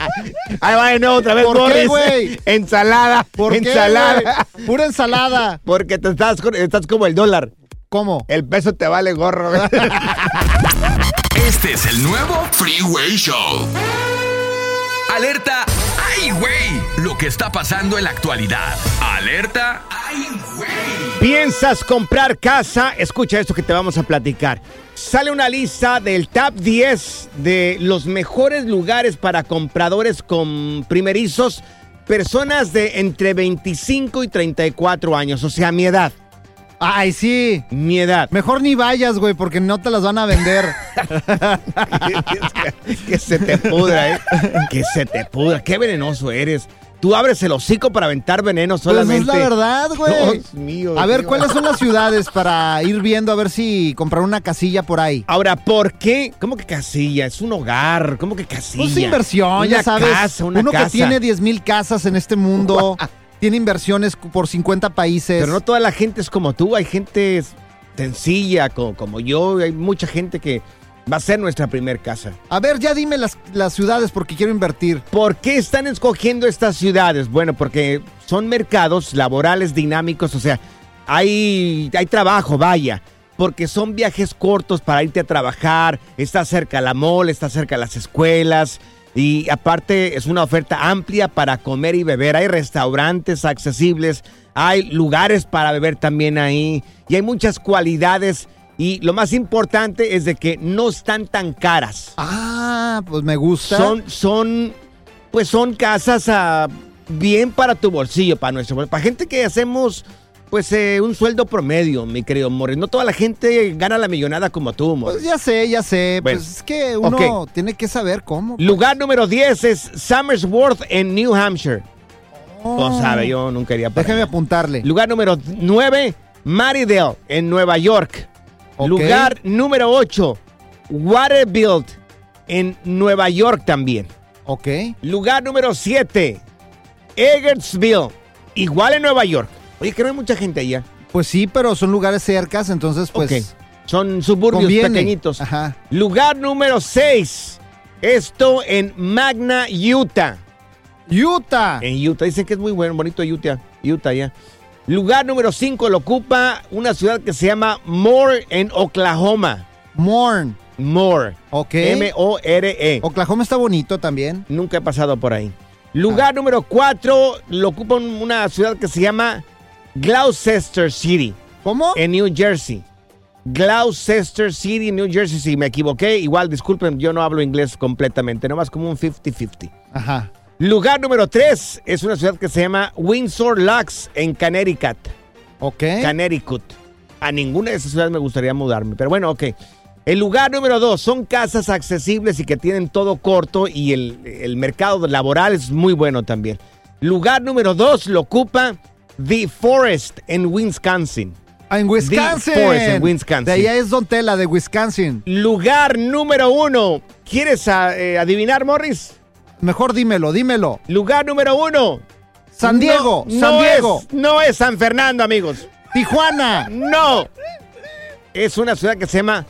Speaker 1: ahí va de nuevo otra vez,
Speaker 2: ¿Por qué,
Speaker 1: Morris.
Speaker 2: güey?
Speaker 1: Ensalada,
Speaker 2: ¿Por qué,
Speaker 1: ensalada.
Speaker 2: güey? Pura ensalada.
Speaker 1: Porque te estás, estás como el dólar.
Speaker 2: ¿Cómo?
Speaker 1: El peso te vale gorro.
Speaker 2: [laughs]
Speaker 4: Este es el nuevo Freeway Show. Alerta, ay güey, lo que está pasando en la actualidad. Alerta,
Speaker 1: ¿Piensas comprar casa? Escucha esto que te vamos a platicar. Sale una lista del top 10 de los mejores lugares para compradores con primerizos, personas de entre 25 y 34 años, o sea, mi edad.
Speaker 2: Ay, sí.
Speaker 1: Mi edad.
Speaker 2: Mejor ni vayas, güey, porque no te las van a vender.
Speaker 1: [laughs]
Speaker 2: Pues
Speaker 1: que se te pudra, ¿eh? Que se te pudra. Qué venenoso eres. Tú abres el hocico para aventar veneno
Speaker 2: Pues
Speaker 1: solamente.
Speaker 2: es la verdad, güey.
Speaker 1: Dios mío,
Speaker 2: a ver,
Speaker 1: tío.
Speaker 2: ¿cuáles son las ciudades para ir viendo a ver si comprar una casilla por ahí?
Speaker 1: Ahora, ¿por qué? ¿Cómo que casilla? Es un hogar. ¿Cómo que casilla?
Speaker 2: Pues inversión,
Speaker 1: Una
Speaker 2: ya sabes.
Speaker 1: Casa, una
Speaker 2: Uno
Speaker 1: casa.
Speaker 2: que tiene 10 mil casas en este mundo, tiene inversiones cu- por 50 países.
Speaker 1: Pero no toda la gente es como tú. Hay gente es- sencilla co- como, yo. Hay mucha gente que va a ser nuestra primer casa.
Speaker 2: A ver, ya dime las, las ciudades porque quiero invertir.
Speaker 1: ¿Por qué están escogiendo estas ciudades? Bueno, porque son mercados laborales dinámicos. O sea, hay, hay trabajo, vaya. Porque son viajes cortos para irte a trabajar. Está cerca la mall, está cerca las escuelas. Y aparte es una oferta amplia para comer y beber. Hay restaurantes accesibles, hay lugares para beber también ahí. Y hay muchas cualidades. Y lo más importante es de que no están tan caras.
Speaker 2: Ah, pues me gusta.
Speaker 1: Son, son, pues son casas ah, bien para tu bolsillo, para nuestro bolsillo. Para gente que hacemos pues eh, un sueldo promedio, mi querido Morris. No toda la gente gana la millonada como tú, Morris.
Speaker 2: Pues ya sé, ya sé.
Speaker 1: Bueno,
Speaker 2: pues es que uno
Speaker 1: ok.
Speaker 2: tiene que saber cómo.
Speaker 1: Lugar número 10 es Summersworth en New Hampshire. No sabe, yo nunca iría para
Speaker 2: Déjame apuntarle.
Speaker 1: Lugar número 9, Marydale, en Nueva York. Lugar número 8, Waterbilt, en Nueva York también.
Speaker 2: Ok.
Speaker 1: Lugar número 7, Eggersville, igual en Nueva York. Oye, que no hay mucha gente allá.
Speaker 2: Pues sí, pero son lugares cercas, entonces pues.
Speaker 1: Ok. Son suburbios
Speaker 2: Conviene.
Speaker 1: pequeñitos.
Speaker 2: Ajá.
Speaker 1: Lugar número 6, esto en Magna, Utah.
Speaker 2: Utah.
Speaker 1: En Utah. Dicen que es muy bueno, bonito Utah. Utah, ya. Lugar número 5 lo ocupa una ciudad que se llama Moore en Oklahoma.
Speaker 2: Morn.
Speaker 1: Moore.
Speaker 2: Ok.
Speaker 1: E. M-O-R-E.
Speaker 2: Oklahoma está bonito también. Ah.
Speaker 1: Nunca he pasado por ahí. Lugar número 4 lo ocupa un- una ciudad que se llama Gloucester City.
Speaker 2: ¿Cómo?
Speaker 1: En New Jersey. Gloucester City, New Jersey. Si me equivoqué, igual disculpen, yo no hablo inglés completamente, nomás como un 50-50.
Speaker 2: Ajá.
Speaker 1: Lugar número 3 es una ciudad que se llama Windsor Locks en Connecticut.
Speaker 2: Ok.
Speaker 1: Connecticut. A ninguna de esas ciudades me gustaría mudarme, pero bueno, ok. El lugar número 2 son casas accesibles y que tienen todo corto y el, el mercado laboral es muy bueno también. Lugar número 2 lo ocupa The Forest en Wisconsin.
Speaker 2: Ah, En Wisconsin.
Speaker 1: The Forest en Wisconsin.
Speaker 2: De allá es Don Tela, de Wisconsin.
Speaker 1: Lugar número 1. ¿Quieres a- eh, adivinar, Morris?
Speaker 2: Mejor dímelo, dímelo.
Speaker 1: Lugar número 1.
Speaker 2: San Diego,
Speaker 1: no
Speaker 2: San
Speaker 1: es-
Speaker 2: Diego.
Speaker 1: no es San Fernando, amigos.
Speaker 2: Tijuana.
Speaker 1: No. Es una ciudad que se llama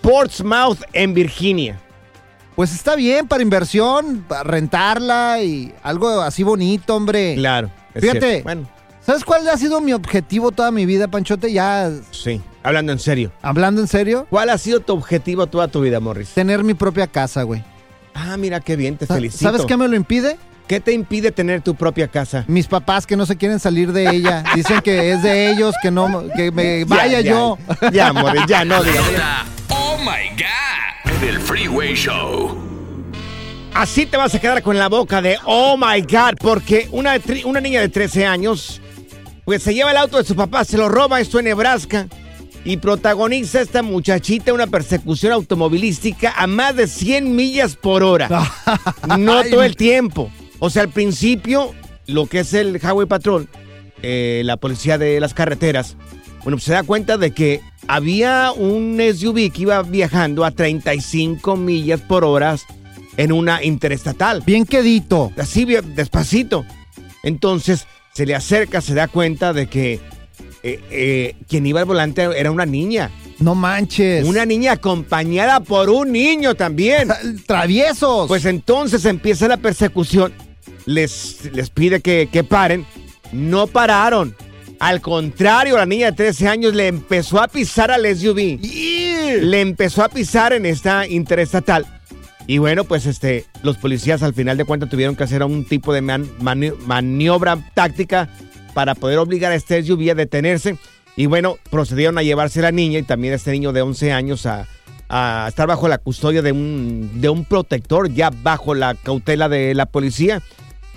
Speaker 1: Portsmouth en Virginia.
Speaker 2: Pues está bien para inversión, para rentarla y algo así bonito, hombre.
Speaker 1: Claro. es
Speaker 2: Fíjate,
Speaker 1: cierto. Bueno,
Speaker 2: ¿sabes cuál ha sido mi objetivo toda mi vida, Panchote? Ya
Speaker 1: sí. Hablando en serio.
Speaker 2: hablando en serio,
Speaker 1: ¿Cuál ha sido tu objetivo toda tu vida, Morris?
Speaker 2: tener mi propia casa, güey.
Speaker 1: Ah, mira qué bien, te
Speaker 2: Sa-
Speaker 1: felicito.
Speaker 2: ¿Sabes qué me lo impide?
Speaker 1: ¿Qué te impide tener tu propia casa?
Speaker 2: Mis papás que no se quieren salir de ella, dicen que es de ellos, que no que me
Speaker 1: Ya,
Speaker 2: vaya
Speaker 1: ya,
Speaker 2: yo.
Speaker 1: Ya, Morris, ya no digas.
Speaker 4: [laughs] Oh my God. Del
Speaker 1: [laughs]
Speaker 4: Freeway Show.
Speaker 1: Así te vas a quedar con la boca de oh my god, porque una, de tri- una niña de 13 años, pues se lleva el auto de su papá, se lo roba, esto en Nebraska, y protagoniza esta muchachita una persecución automovilística a más de 100 millas por hora. No todo el tiempo. O sea, al principio, lo que es el Highway Patrol, eh, la policía de las carreteras, bueno, pues se da cuenta de que había un SUV que iba viajando a 35 millas por hora en una interestatal.
Speaker 2: Bien quedito.
Speaker 1: Así, bien, despacito. Entonces, se le acerca, se da cuenta de que eh, eh, quien iba al volante era una niña.
Speaker 2: No manches.
Speaker 1: Una niña acompañada por un niño también.
Speaker 2: [laughs] Traviesos.
Speaker 1: Pues entonces empieza la persecución. Les, les pide que, que paren. No pararon. Al contrario, la niña de 13 años le empezó a pisar al SUV. Le empezó a pisar en esta interestatal. Y bueno, pues este, los policías al final de cuentas tuvieron que hacer un tipo de man- mani- maniobra táctica para poder obligar a este SUV a detenerse. Y bueno, procedieron a llevarse a la niña y también a este niño de 11 años a, a estar bajo la custodia de un, de un protector, ya bajo la cautela de la policía.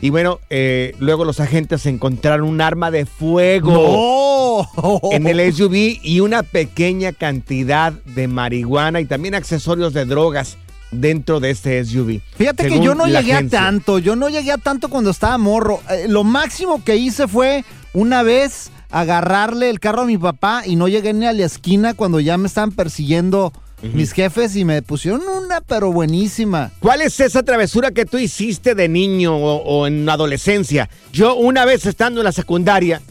Speaker 1: Y bueno, eh, luego los agentes encontraron un arma de fuego
Speaker 2: No.
Speaker 1: en el SUV y una pequeña cantidad de marihuana y también accesorios de drogas dentro de este SUV.
Speaker 2: Fíjate que
Speaker 1: Según
Speaker 2: yo no
Speaker 1: la
Speaker 2: llegué
Speaker 1: agencia.
Speaker 2: a tanto, yo no llegué a tanto cuando estaba morro. Eh, lo máximo que hice fue una vez agarrarle el carro a mi papá y no llegué ni a la esquina cuando ya me estaban persiguiendo mis jefes y me pusieron una pero buenísima.
Speaker 1: ¿Cuál es esa travesura que tú hiciste de niño o, o en adolescencia? Yo una vez estando en la secundaria,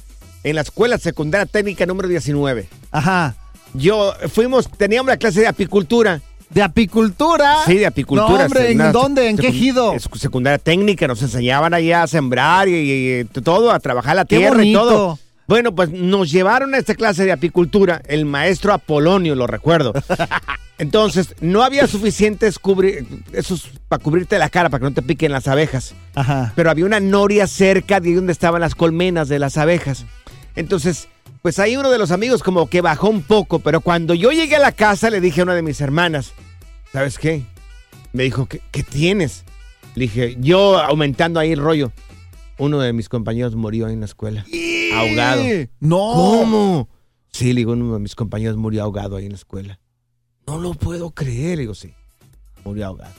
Speaker 1: en la escuela secundaria técnica número 19,
Speaker 2: Ajá.
Speaker 1: yo fuimos, teníamos la clase de apicultura.
Speaker 2: De apicultura.
Speaker 1: Sí, de apicultura.
Speaker 2: No, hombre, ¿en
Speaker 1: Una
Speaker 2: dónde? ¿En
Speaker 1: secu-
Speaker 2: qué ejido?
Speaker 1: es- Secundaria técnica, nos enseñaban allá a sembrar y, y- y todo, a trabajar la
Speaker 2: Qué
Speaker 1: tierra y
Speaker 2: bonito.
Speaker 1: todo. Bueno, pues nos llevaron a esta clase de apicultura, el maestro Apolonio,
Speaker 2: [laughs]
Speaker 1: lo recuerdo. Entonces, no había suficientes cubri esos para cubrirte la cara, para que no te piquen las abejas
Speaker 2: Ajá.
Speaker 1: pero había una noria cerca de donde estaban las colmenas de las abejas. Entonces, pues ahí uno de los amigos como que bajó un poco, pero cuando yo llegué a la casa le dije a una de mis hermanas, ¿sabes qué? Me dijo, ¿qué, qué tienes? Le dije, yo aumentando ahí el rollo, uno de mis compañeros murió en la escuela. Ahogado.
Speaker 2: No.
Speaker 1: ¿Cómo? Sí, le digo, uno de mis compañeros murió ahogado ahí en la escuela. No lo puedo creer, le digo, sí. Murió ahogado.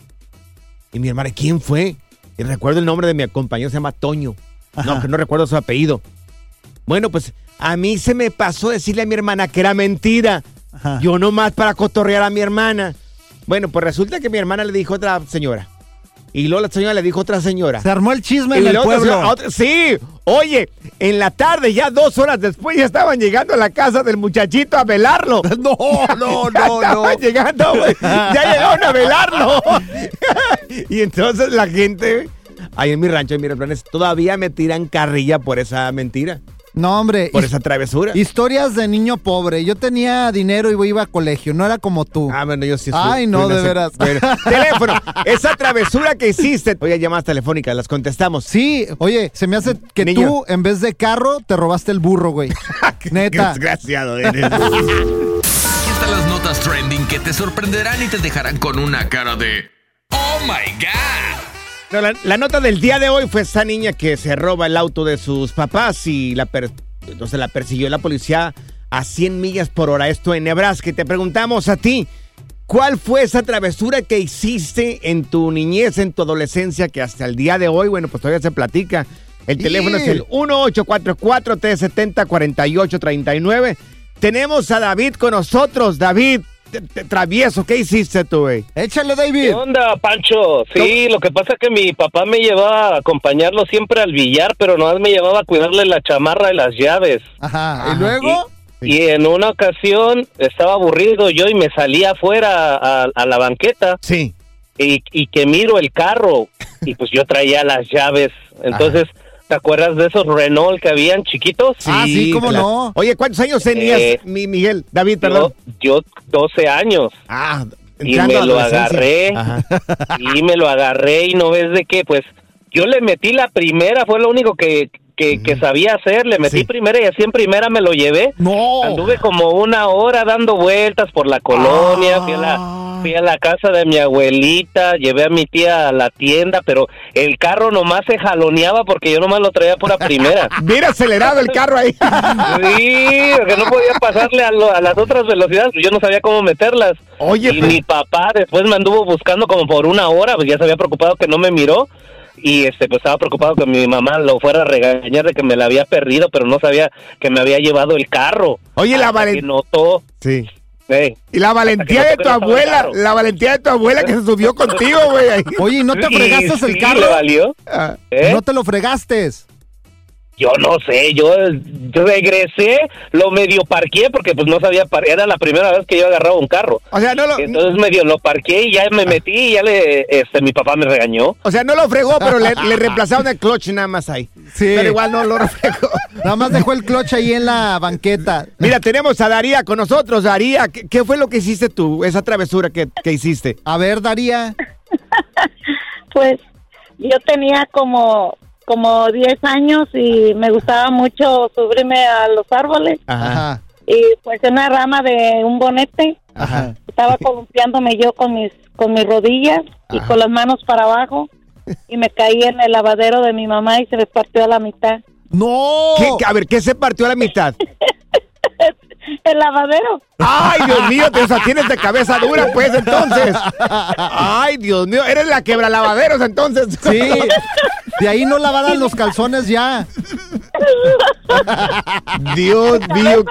Speaker 1: Y mi hermana, ¿quién fue? Y recuerdo el nombre de mi compañero, se llama Toño. No, que no recuerdo su apellido. Bueno, pues a mí se me pasó decirle a mi hermana que era mentira. Yo nomás para cotorrear a mi hermana. Bueno, pues resulta que mi hermana le dijo a otra señora. Y luego la señora le dijo a otra señora.
Speaker 2: Se armó el chisme
Speaker 1: Y
Speaker 2: en el
Speaker 1: luego otra
Speaker 2: pueblo.
Speaker 1: señora- a otra- sí, oye, en la tarde, ya dos horas después, ya estaban llegando a la casa del muchachito a velarlo. No,
Speaker 2: [laughs] no,
Speaker 1: [laughs] ya
Speaker 2: no,
Speaker 1: Estaban
Speaker 2: no.
Speaker 1: llegando, güey. Ya llegaron a velarlo. [laughs] y entonces la gente, ahí en mi rancho, en mi planes, todavía me tiran carrilla por esa mentira.
Speaker 2: No, hombre.
Speaker 1: Por
Speaker 2: his-
Speaker 1: esa travesura.
Speaker 2: Historias de niño pobre. Yo tenía dinero y iba a colegio. No era como tú.
Speaker 1: Ah, bueno, yo sí. fui-
Speaker 2: Ay, no,
Speaker 1: fui
Speaker 2: de
Speaker 1: una sec-
Speaker 2: veras.
Speaker 1: [laughs] Bueno, teléfono, esa travesura que hiciste. Oye, llamadas telefónicas, las contestamos.
Speaker 2: Sí, oye, se me hace que
Speaker 1: Niño.
Speaker 2: tú, en vez de carro, te robaste el burro,
Speaker 1: [laughs]
Speaker 2: güey. Neta.
Speaker 1: Desgraciado eres.
Speaker 4: Aquí están las notas trending que te sorprenderán y te dejarán con una cara de ¡Oh my God!
Speaker 1: No, la, la nota del día de hoy fue esa niña que se roba el auto de sus papás y la, per- o sea, la persiguió la policía a 100 millas por hora. Esto en Nebraska. Y te preguntamos a ti, ¿cuál fue esa travesura que hiciste en tu niñez, en tu adolescencia, que hasta el día de hoy, bueno, pues todavía se platica? El teléfono es el 1844-370-4839. Tenemos a David con nosotros. David, te- te- travieso, ¿qué hiciste tú, güey?
Speaker 2: Échale, David.
Speaker 20: ¿Qué onda, Pancho? Sí, lo que pasa es que mi papá me llevaba a acompañarlo siempre al billar, pero nomás me llevaba a cuidarle la chamarra y las llaves.
Speaker 2: [laughs] Ajá. ¿Y luego?
Speaker 20: Y en una ocasión estaba aburrido yo y me salí afuera a, a la banqueta.
Speaker 1: Sí.
Speaker 20: Y, y que miro el carro y pues yo traía las llaves. Entonces, ¿te acuerdas de esos Renault que habían chiquitos?
Speaker 2: Ah,
Speaker 1: claro. Oye, ¿cuántos años tenías,
Speaker 20: Eh,
Speaker 1: mi- Miguel? David,
Speaker 20: Yo,
Speaker 1: perdón.
Speaker 20: yo 12 años.
Speaker 1: Ah,
Speaker 20: y
Speaker 1: entrando a
Speaker 20: me
Speaker 1: la
Speaker 20: lo
Speaker 1: adolescencia.
Speaker 20: agarré. [laughs] Y me lo agarré y no ves de qué, pues yo le metí la primera, fue lo único que, que, que sabía hacer, le metí primera y así en primera me lo llevé.
Speaker 2: No.
Speaker 20: Anduve como una hora dando vueltas por la colonia, fui a
Speaker 1: Ah.
Speaker 20: la, fui a la casa de mi abuelita, llevé a mi tía a la tienda, pero el carro nomás se jaloneaba porque yo nomás lo traía por la primera.
Speaker 1: Mira acelerado el carro ahí.
Speaker 20: Sí, porque no podía pasarle a, lo- a las otras velocidades, pues yo no sabía cómo meterlas.
Speaker 1: Oye, pues.
Speaker 20: y mi papá después me anduvo buscando como por una hora, pues ya se había preocupado que no me miró y este pues estaba preocupado que mi mamá lo fuera a regañar de que me la había perdido, pero no sabía que me había llevado el carro.
Speaker 1: Oye, la
Speaker 20: Hasta que
Speaker 1: valen-
Speaker 20: notó.
Speaker 1: Sí.
Speaker 20: Ey.
Speaker 1: Y la valentía
Speaker 20: Hasta
Speaker 1: de
Speaker 20: que me
Speaker 1: tu
Speaker 20: tocó que estaba el
Speaker 1: abuela,
Speaker 20: carro.
Speaker 1: la valentía de tu abuela que se subió contigo, güey. ahí.
Speaker 2: Oye, ¿y no te
Speaker 20: Sí,
Speaker 2: fregaste
Speaker 20: sí,
Speaker 2: el carro?
Speaker 20: ¿Le valió?
Speaker 1: Ah,
Speaker 20: ¿Eh?
Speaker 2: ¿No te lo fregaste?
Speaker 20: Yo no sé, yo yo regresé, lo medio parqué porque pues no sabía, par- era la primera vez que yo agarraba un carro.
Speaker 1: O sea, no lo-
Speaker 20: Entonces medio lo parqué y ya me metí y ya le, este, mi papá me regañó.
Speaker 1: O sea, no lo fregó, pero le, le reemplazaron el clutch nada más ahí.
Speaker 2: Sí.
Speaker 1: Pero igual no lo fregó.
Speaker 2: Nada más dejó el cloche ahí en la banqueta.
Speaker 1: Mira, tenemos a Daría con nosotros. Daría, ¿qué, qué fue lo que hiciste tú? Esa travesura que, que hiciste.
Speaker 2: A ver, Daría.
Speaker 17: Pues yo tenía como como 10 años y me gustaba mucho subirme a los árboles
Speaker 2: Ajá.
Speaker 17: y pues en una rama de un bonete
Speaker 2: Ajá. [laughs]
Speaker 17: estaba columpiándome yo con mis con mis rodillas y con las manos para abajo y me caí en el lavadero de mi mamá y se me partió a la mitad
Speaker 2: ¡No!
Speaker 1: ¿Qué- a ver, ¿qué se partió a la mitad?
Speaker 17: el lavadero
Speaker 1: ¡Ay, Dios mío! te- O sea, tienes de cabeza dura, pues, entonces. ¡Ay, Dios mío! Eres la quebra lavaderos, entonces.
Speaker 2: Sí. De ahí no lavaran los calzones ya.
Speaker 1: Dios mío.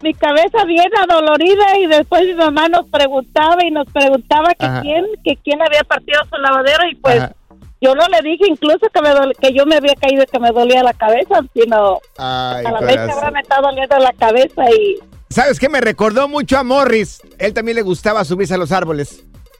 Speaker 17: mi cabeza bien adolorida y después mi mamá nos preguntaba y nos preguntaba que
Speaker 1: Ajá.
Speaker 17: quién que quién había partido su lavadero y pues
Speaker 1: Ajá.
Speaker 17: yo no le dije incluso que me dol- que yo me había caído y que me dolía la cabeza sino
Speaker 1: Ay,
Speaker 17: a la vez
Speaker 1: corazón.
Speaker 17: ahora me está doliendo la cabeza y
Speaker 1: ¿Sabes qué? Me recordó mucho a Morris. Él también le gustaba subirse a los árboles.